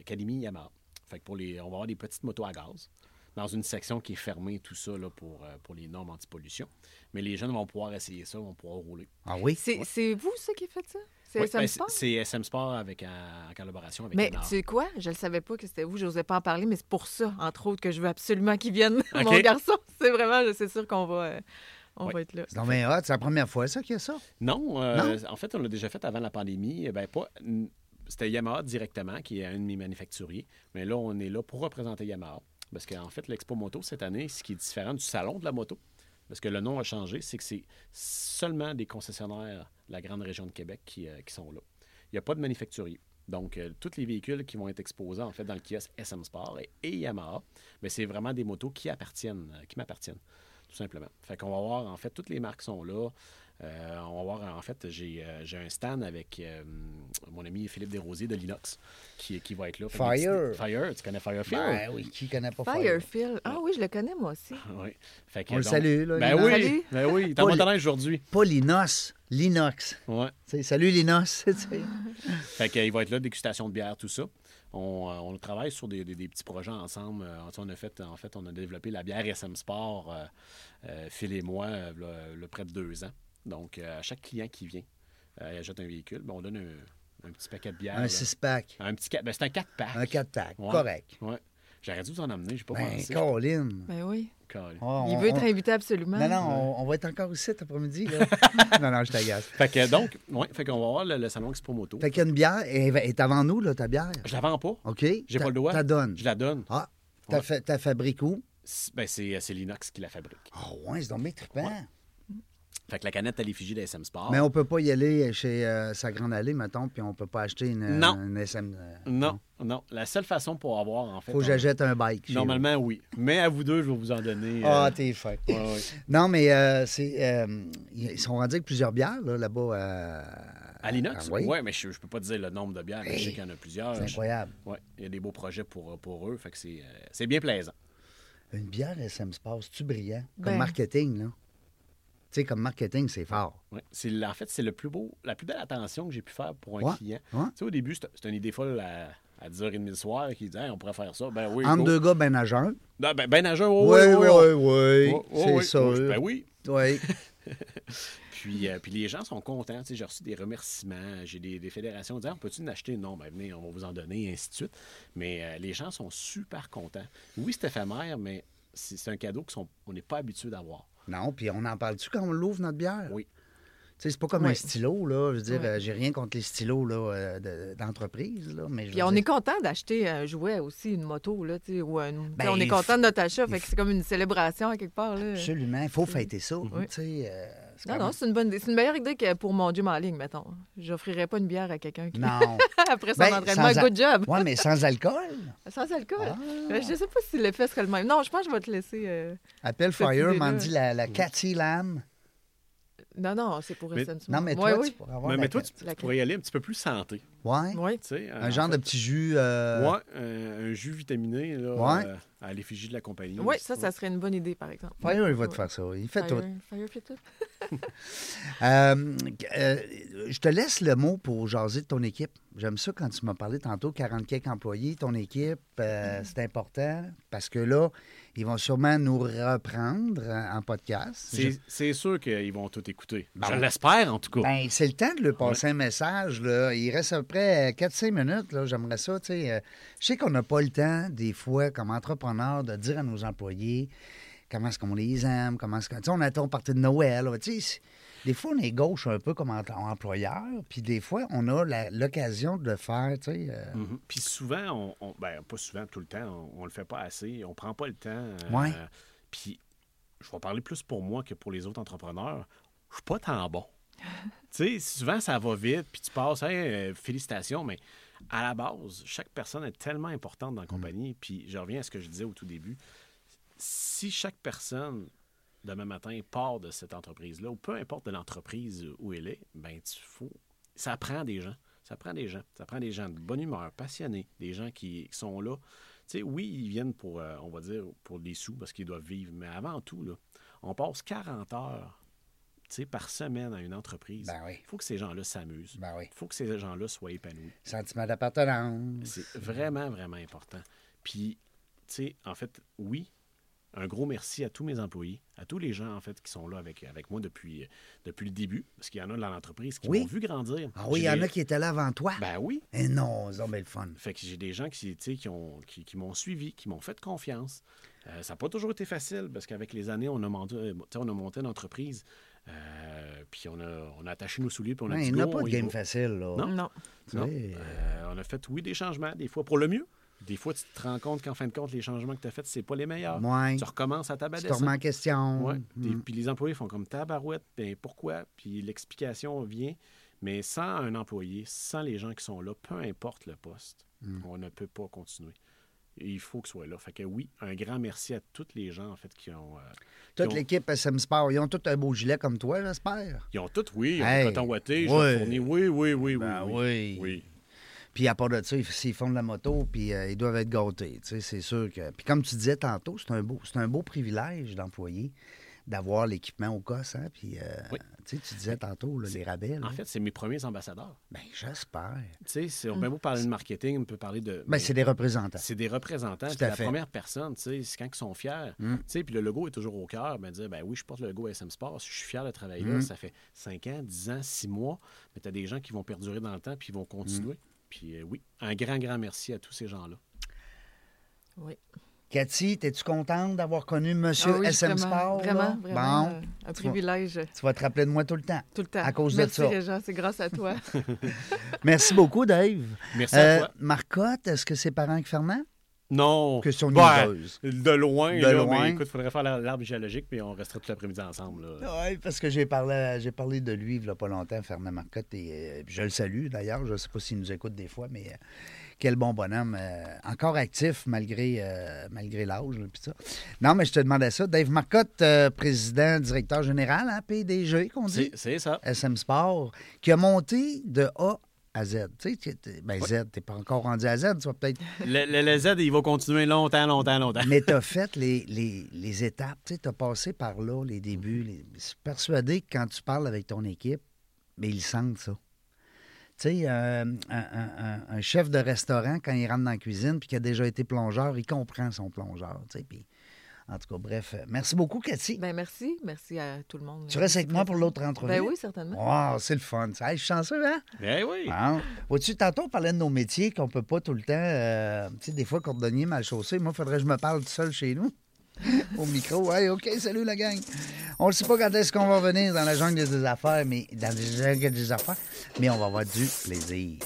Speaker 3: Académie Yamaha. Fait que pour les, on va avoir des petites motos à gaz dans une section qui est fermée, tout ça, là, pour, euh, pour les normes antipollution. Mais les jeunes vont pouvoir essayer ça, vont pouvoir rouler.
Speaker 1: Ah oui?
Speaker 2: C'est c'est vous, ça, qui faites ça? C'est
Speaker 3: Oui,
Speaker 2: SM
Speaker 3: ben,
Speaker 2: Sport?
Speaker 3: C'est SM Sport avec, euh, en collaboration avec
Speaker 2: Mais
Speaker 3: Yamaha.
Speaker 2: tu sais quoi? Je ne savais pas que c'était vous. Je n'osais pas en parler, mais c'est pour ça, entre autres, que je veux absolument qu'il vienne, mon
Speaker 3: OK.
Speaker 2: garçon. C'est vraiment, c'est sûr qu'on va, euh, on
Speaker 3: Ouais.
Speaker 2: va être là.
Speaker 1: C'est donc bien hot. C'est la première fois, ça, qu'il y a ça?
Speaker 3: Non, euh, en fait, on l'a déjà fait avant la pandémie. Eh Ben, pas, n- c'était Yamaha directement, qui est un de mes manufacturiers. Mais là, on est là pour représenter Yamaha. Parce qu'en fait, l'Expo Moto cette année, ce qui est différent du salon de la moto, parce que le nom a changé, c'est que c'est seulement des concessionnaires la grande région de Québec qui, euh, qui sont là. Il n'y a pas de manufacturier. Donc, euh, tous les véhicules qui vont être exposés, en fait, dans le kiosque SM Sport et, et Yamaha, mais c'est vraiment des motos qui appartiennent, euh, qui m'appartiennent, tout simplement. Fait qu'on va voir, en fait, toutes les marques sont là. Euh, on va voir, en fait, j'ai euh, j'ai un stand avec euh, mon ami Philippe Desrosiers de l'Inox qui, qui va être là. Fait que des
Speaker 1: Fire.
Speaker 3: petites- Fire, tu connais Fire Phil?
Speaker 1: Ben oui, qui connaît pas Fire?
Speaker 2: Firefield. Ah oui, je le connais, moi aussi.
Speaker 3: Oui. Fait que,
Speaker 1: On le
Speaker 3: donc-
Speaker 1: salue, là,
Speaker 3: Ben
Speaker 1: Linox.
Speaker 2: Salut.
Speaker 3: oui, ben oui, il est en
Speaker 1: Paul.
Speaker 3: montagne aujourd'hui.
Speaker 1: Pas l'Inos, l'Inox.
Speaker 3: Ouais.
Speaker 1: Tu sais, salut l'Inos. tu sais.
Speaker 3: Fait qu'il va être là, dégustation de bière, tout ça. On, euh, on travaille sur des, des- des petits projets ensemble. Euh, On a fait, en fait, on a développé la bière SM Sport, euh, euh, Phil et moi, euh, v'là- le près de deux ans. Donc, euh, à chaque client qui vient, euh, il achète un véhicule, ben, on donne un, un petit paquet de bière.
Speaker 1: Un
Speaker 3: là.
Speaker 1: six-pack,
Speaker 3: Un petit, ca- ben, c'est un 4-pack.
Speaker 1: un quatre-pack,
Speaker 3: Ah. Ouais.
Speaker 1: correct.
Speaker 3: Ouais. J'aurais dû vous en amener, j'ai pas
Speaker 1: Ben,
Speaker 3: pensé.
Speaker 1: Colin.
Speaker 2: Ben oui.
Speaker 3: Calé.
Speaker 1: Ah,
Speaker 2: Il
Speaker 1: on-
Speaker 2: veut être
Speaker 1: on-
Speaker 2: invité absolument.
Speaker 1: Non, non, on, on va être encore ici cet après-midi. là. non, non, je t'agace.
Speaker 3: Fait que donc, ouais, fait qu'on va voir le, le salon Expo Moto.
Speaker 1: Fait qu'il y a une bière, elle est avant nous, là, ta bière.
Speaker 3: Je la vends pas.
Speaker 1: OK?
Speaker 3: J'ai
Speaker 1: T'a-
Speaker 3: pas le droit.
Speaker 1: T'as donne.
Speaker 3: Je la donne.
Speaker 1: Ah, t'as
Speaker 3: Ouais.
Speaker 1: fait- t'as fabriqué où?
Speaker 3: C'est- Ben, c'est c'est l'inox qui la fabrique.
Speaker 1: Ah ouais, c'est donc bien trippant.
Speaker 3: Fait que la canette à l'effigie de SM Sport.
Speaker 1: Mais on peut pas y aller chez euh, sa grande allée, mettons, puis on peut pas acheter une,
Speaker 3: Non.
Speaker 1: une SM. euh,
Speaker 3: Non, non. La seule façon pour avoir, en fait.
Speaker 1: Faut que
Speaker 3: on-
Speaker 1: j'achète un bike. chez
Speaker 3: Normalement, oui. Mais à vous deux, je vais vous en donner.
Speaker 1: vous. Ah,
Speaker 3: euh,
Speaker 1: t'es fin.
Speaker 3: ouais, ouais.
Speaker 1: Non, mais euh, c'est, euh, ils sont rendus avec plusieurs bières là, là-bas. euh, à-
Speaker 3: À l'inox?
Speaker 1: Ah
Speaker 3: oui,
Speaker 1: oui.
Speaker 3: mais je ne peux pas te dire le nombre de bières, mais je sais qu'il y en a plusieurs.
Speaker 1: C'est incroyable.
Speaker 3: Je- ouais, il y a des beaux projets pour, pour eux. Fait que c'est, euh, c'est bien plaisant.
Speaker 1: Une bière SM Sport, c'est-tu brillant? Comme
Speaker 2: Ben.
Speaker 1: marketing, là. Tu sais, comme marketing, c'est fort.
Speaker 3: Ouais. C'est, l- en fait, c'est le plus beau, la plus belle attention que j'ai pu faire pour un
Speaker 1: Ouais,
Speaker 3: client.
Speaker 1: ouais.
Speaker 3: Tu sais, au début, c'était c'était une idée folle à, à 10h30 le soir qui disait Hey, on pourrait faire ça. Ben oui.
Speaker 1: Entre
Speaker 3: go.
Speaker 1: deux gars ben à jeun.
Speaker 3: Non, ben, ben nageur, oh,
Speaker 1: Oui,
Speaker 3: oui,
Speaker 1: oui,
Speaker 3: oh,
Speaker 1: oui, oui.
Speaker 3: oh, oh,
Speaker 1: C'est
Speaker 3: oui.
Speaker 1: sûr.
Speaker 3: Ben oui.
Speaker 1: Oui.
Speaker 3: Puis, euh, puis les gens sont contents. Tu sais, J'ai reçu des remerciements. J'ai des, des fédérations disant Ah, Peux-tu en acheter Non, ben venez, on va vous en donner, et ainsi de suite. Mais euh, les gens sont super contents. Oui, c'est éphémère, mais c'est c'est un cadeau qu'on n'est pas habitué d'avoir.
Speaker 1: Non, puis on en parle-tu quand on l'ouvre, notre bière?
Speaker 3: Oui.
Speaker 1: Tu sais, c'est pas comme
Speaker 2: Ouais.
Speaker 1: un stylo, là. Je veux dire,
Speaker 2: Ouais.
Speaker 1: euh, j'ai rien contre les stylos là, euh, de- d'entreprise, là. Mais je
Speaker 2: Puis
Speaker 1: veux
Speaker 2: on
Speaker 1: dire-
Speaker 2: est content d'acheter un jouet aussi, une moto, là, tu sais, ou un... tu sais,
Speaker 1: Ben,
Speaker 2: on est
Speaker 1: il
Speaker 2: content de notre achat,
Speaker 1: il
Speaker 2: fait que c'est comme une célébration à quelque part, là.
Speaker 1: Absolument. Il faut fêter ça.
Speaker 2: euh, Oui.
Speaker 1: Tu sais, euh, c'est
Speaker 2: Non,
Speaker 1: comme-
Speaker 2: non, c'est une bonne idée. C'est une meilleure idée que pour mon Dieu ma ligne, mettons. J'offrirais pas une bière à quelqu'un qui...
Speaker 1: Non.
Speaker 2: Après son
Speaker 1: Ben,
Speaker 2: entraînement,
Speaker 1: sans-
Speaker 2: good job!
Speaker 1: Oui, mais sans alcool.
Speaker 2: Sans alcool.
Speaker 1: Ah.
Speaker 2: Euh, Je sais pas si l'effet serait le même. Non, je pense que je vais te laisser... euh,
Speaker 1: Appelle
Speaker 2: Cette
Speaker 1: Fire,
Speaker 2: idée-là.
Speaker 1: m'en dit la, la Cathy Lam.
Speaker 2: Non, non, c'est pour
Speaker 3: Mais-
Speaker 2: SM
Speaker 1: Non, mais toi,
Speaker 2: Ouais,
Speaker 1: tu
Speaker 2: oui.
Speaker 1: pourrais avoir
Speaker 3: mais
Speaker 1: la
Speaker 3: mais toi, tu,
Speaker 1: Cathy-
Speaker 3: tu pourrais y aller un petit peu plus santé. tu
Speaker 1: Ouais.
Speaker 2: Oui.
Speaker 3: sais, euh,
Speaker 1: Un genre
Speaker 3: en
Speaker 1: de
Speaker 3: fait,
Speaker 1: petit jus. euh,
Speaker 3: ouais, un, un jus vitaminé là,
Speaker 1: Ouais.
Speaker 3: euh, à l'effigie de la compagnie.
Speaker 2: Oui, ça, ça serait une bonne idée, par exemple.
Speaker 1: Fire, il va te
Speaker 2: Ouais.
Speaker 1: faire ça. Il fait
Speaker 2: Fire-
Speaker 1: tout.
Speaker 2: Fire fait tout.
Speaker 1: Euh, euh, je te laisse le mot pour jaser de ton équipe. J'aime ça quand tu m'as parlé tantôt, 40 quelques employés, ton équipe, euh, c'est important parce que là, ils vont sûrement nous reprendre en en podcast. Je- Ben
Speaker 3: C'est, c'est sûr qu'ils vont tout écouter.
Speaker 1: Bon.
Speaker 3: Je l'espère, en tout cas.
Speaker 1: Ben, c'est le temps de leur passer un message. Là. Il reste à peu près 4-5 minutes. là. J'aimerais ça. tu sais, euh, je sais qu'on n'a pas le temps, des fois, comme entrepreneur, de dire à nos employés comment est-ce qu'on les aime, comment est-ce qu'on. tu sais, on attend partir de Noël. là, tu sais, c'est- des fois, on est gauche un peu comme en- en employeur, puis des fois, on a la- l'occasion de le faire. tu sais, euh,
Speaker 3: Mhm. Puis souvent, on, on- ben, pas souvent, tout le temps, on, on le fait pas assez, on prend pas le temps. euh,
Speaker 1: Ouais.
Speaker 3: Puis je vais parler plus pour moi que pour les autres entrepreneurs. Je suis pas tant bon. tu sais, souvent ça va vite, puis tu passes, Hey, euh, félicitations, mais à la base, chaque personne est tellement importante dans
Speaker 1: Mm.
Speaker 3: la compagnie. Puis je reviens à ce que je disais au tout début. Si chaque personne demain matin part de cette entreprise-là, ou peu importe de l'entreprise où elle est, ben tu faut. Ça prend des gens. Ça prend des gens. Ça prend des gens de bonne humeur, passionnés, des gens qui, qui sont là. Tu sais, oui, ils viennent pour, euh, on va dire, pour des sous parce qu'ils doivent vivre, mais avant tout, là, on passe 40 heures tu sais, par semaine à une entreprise.
Speaker 1: Ben oui.
Speaker 3: Il faut que ces gens-là s'amusent.
Speaker 1: Ben oui.
Speaker 3: Il faut que ces gens-là soient épanouis.
Speaker 1: Sentiment d'appartenance.
Speaker 3: C'est vraiment, vraiment important. Puis, tu sais, en fait, oui, un gros merci à tous mes employés, à tous les gens, en fait, qui sont là avec, avec moi depuis, depuis le début, parce qu'il y en a dans l'entreprise qui
Speaker 1: Oui.
Speaker 3: m'ont vu grandir.
Speaker 1: Ah oui, il
Speaker 3: J'ai
Speaker 1: y en
Speaker 3: des-
Speaker 1: a qui étaient là avant toi.
Speaker 3: Ben oui.
Speaker 1: Eh non, ils ont bien le fun.
Speaker 3: Fait que j'ai des gens qui, tu sais, qui, ont, qui, qui m'ont suivi, qui m'ont fait confiance. Euh, ça n'a pas toujours été facile parce qu'avec les années, on a monté, euh, tu sais, on a monté une entreprise, euh, puis on a, on a attaché nos souliers, puis on a
Speaker 1: Ouais,
Speaker 3: dit
Speaker 1: il n'y a
Speaker 3: go,
Speaker 1: pas
Speaker 3: on
Speaker 1: de
Speaker 3: y
Speaker 1: game
Speaker 3: va.
Speaker 1: facile. Là.
Speaker 3: Non.
Speaker 2: Non.
Speaker 3: Non.
Speaker 1: Tu sais.
Speaker 3: Euh, on a fait, oui, des changements, des fois pour le mieux, Des fois, tu te rends compte qu'en fin de compte, les changements que tu as faits, c'est pas les meilleurs.
Speaker 1: Ouais.
Speaker 3: Tu recommences à ta
Speaker 1: Tu te remets en question.
Speaker 3: Ben, Ouais.
Speaker 1: Mm.
Speaker 3: Puis- Puis les employés font comme tabarouette, ben pourquoi? Puis l'explication vient, mais sans un employé, sans les gens qui sont là, peu importe le poste,
Speaker 1: Mm.
Speaker 3: on ne peut pas continuer. Et il faut qu'ils soient là. Fait que oui, un grand merci à toutes les gens, en fait, qui ont... euh, qui
Speaker 1: Toute
Speaker 3: ont-
Speaker 1: l'équipe SM Sport, ils ont tous un beau gilet comme toi, j'espère.
Speaker 3: Ils ont toutes, oui, ils ont
Speaker 1: Hey.
Speaker 3: le coton ouaté,
Speaker 1: Ouais.
Speaker 3: je fournis, oui, oui, oui, oui,
Speaker 1: Ben oui.
Speaker 3: oui. oui.
Speaker 1: Puis à part de ça, ils- s'ils font de la moto, puis euh, ils doivent être gâtés. Tu sais, c'est sûr que. Puis comme tu disais tantôt, c'est un beau, c'est un beau privilège d'employer, d'avoir l'équipement au COS. Hein, puis euh,
Speaker 3: Oui.
Speaker 1: tu sais, tu disais tantôt, là, les rabais. là.
Speaker 3: En fait, c'est mes premiers ambassadeurs.
Speaker 1: Ben, j'espère.
Speaker 3: Tu sais, c'est- on peut vous parler de marketing, on peut parler de...
Speaker 1: Mm. Ben, c'est des représentants.
Speaker 3: C'est des représentants.
Speaker 1: Tout
Speaker 3: C'est
Speaker 1: à
Speaker 3: la
Speaker 1: fait. Mm.
Speaker 3: première personne, tu sais, c'est quand ils sont fiers. Tu sais, puis le logo est toujours au cœur. Ben, dire, ben oui, je porte le logo SM Sports, je suis fier de travailler
Speaker 1: Mm.
Speaker 3: là. Ça fait 5 ans, 10 ans, 6 mois. Mais tu as des gens qui vont perdurer dans le temps puis ils vont continuer.
Speaker 1: Mm.
Speaker 3: Puis euh, oui, un grand, grand merci à tous ces gens-là.
Speaker 2: Oui.
Speaker 1: Cathy, es-tu contente d'avoir connu Monsieur
Speaker 2: Ah oui,
Speaker 1: SM
Speaker 2: vraiment,
Speaker 1: Sport? là?
Speaker 2: Vraiment, vraiment.
Speaker 1: Bon,
Speaker 2: euh, un privilège euh,
Speaker 1: tu vas te rappeler de moi tout le temps.
Speaker 2: tout le temps.
Speaker 1: À cause
Speaker 2: Merci,
Speaker 1: de ça.
Speaker 2: Réjean, c'est grâce à toi.
Speaker 1: Merci beaucoup, Dave.
Speaker 3: Merci à toi.
Speaker 1: Euh, Marcotte, est-ce que c'est parent avec Fernand?
Speaker 3: Non.
Speaker 1: Question
Speaker 3: Ben,
Speaker 1: niaiseuse.
Speaker 3: de loin,
Speaker 1: De
Speaker 3: là,
Speaker 1: loin.
Speaker 3: mais écoute, faudrait faire la- l'arbre géologique, mais on resterait tout l'après-midi ensemble. là.
Speaker 1: Oui, parce que j'ai parlé, j'ai parlé de lui il n'y a pas longtemps, Fernand Marcotte, et euh, je le salue d'ailleurs. Je ne sais pas s'il nous écoute des fois, mais euh, quel bon bonhomme. euh, encore actif malgré, euh, malgré l'âge. là, puis ça. Non, mais je te demandais ça. Dave Marcotte, euh, président, directeur général, hein, PDG, qu'on dit.
Speaker 3: C'est c'est ça.
Speaker 1: SM Sport, qui a monté de A à Z. Tu sais, t'es- t'es- ben Z, t'es pas encore rendu à Z, tu vas peut-être.
Speaker 3: Le, le- le Z, il va continuer longtemps, longtemps, longtemps.
Speaker 1: Mais t'as fait les, les, les étapes, tu sais, t'as passé par là, les débuts. les- Je suis persuadé que quand tu parles avec ton équipe, mais ils sentent ça. Tu sais, euh, un, un- un- un chef de restaurant, quand il rentre dans la cuisine puis qu'il a déjà été plongeur, il comprend son plongeur. tu sais, puis- en tout cas, bref, euh, merci beaucoup, Cathy.
Speaker 2: ben merci, merci à tout le monde.
Speaker 1: tu restes avec moi pour l'autre entrevue?
Speaker 2: Ben oui, certainement.
Speaker 1: Wow, c'est le fun. ça. Hey, je suis chanceux, hein?
Speaker 3: Ben oui.
Speaker 1: Bon. Au-dessus, tantôt, on parlait de nos métiers qu'on peut pas tout le temps. euh, tu sais, des fois, cordonnier mal chaussé. Moi, faudrait que je me parle tout seul chez nous. Au micro. Hey, OK, salut la gang. On ne sait pas quand est-ce qu'on va venir dans la jungle des affaires, mais dans la jungle des affaires, mais on va avoir du plaisir.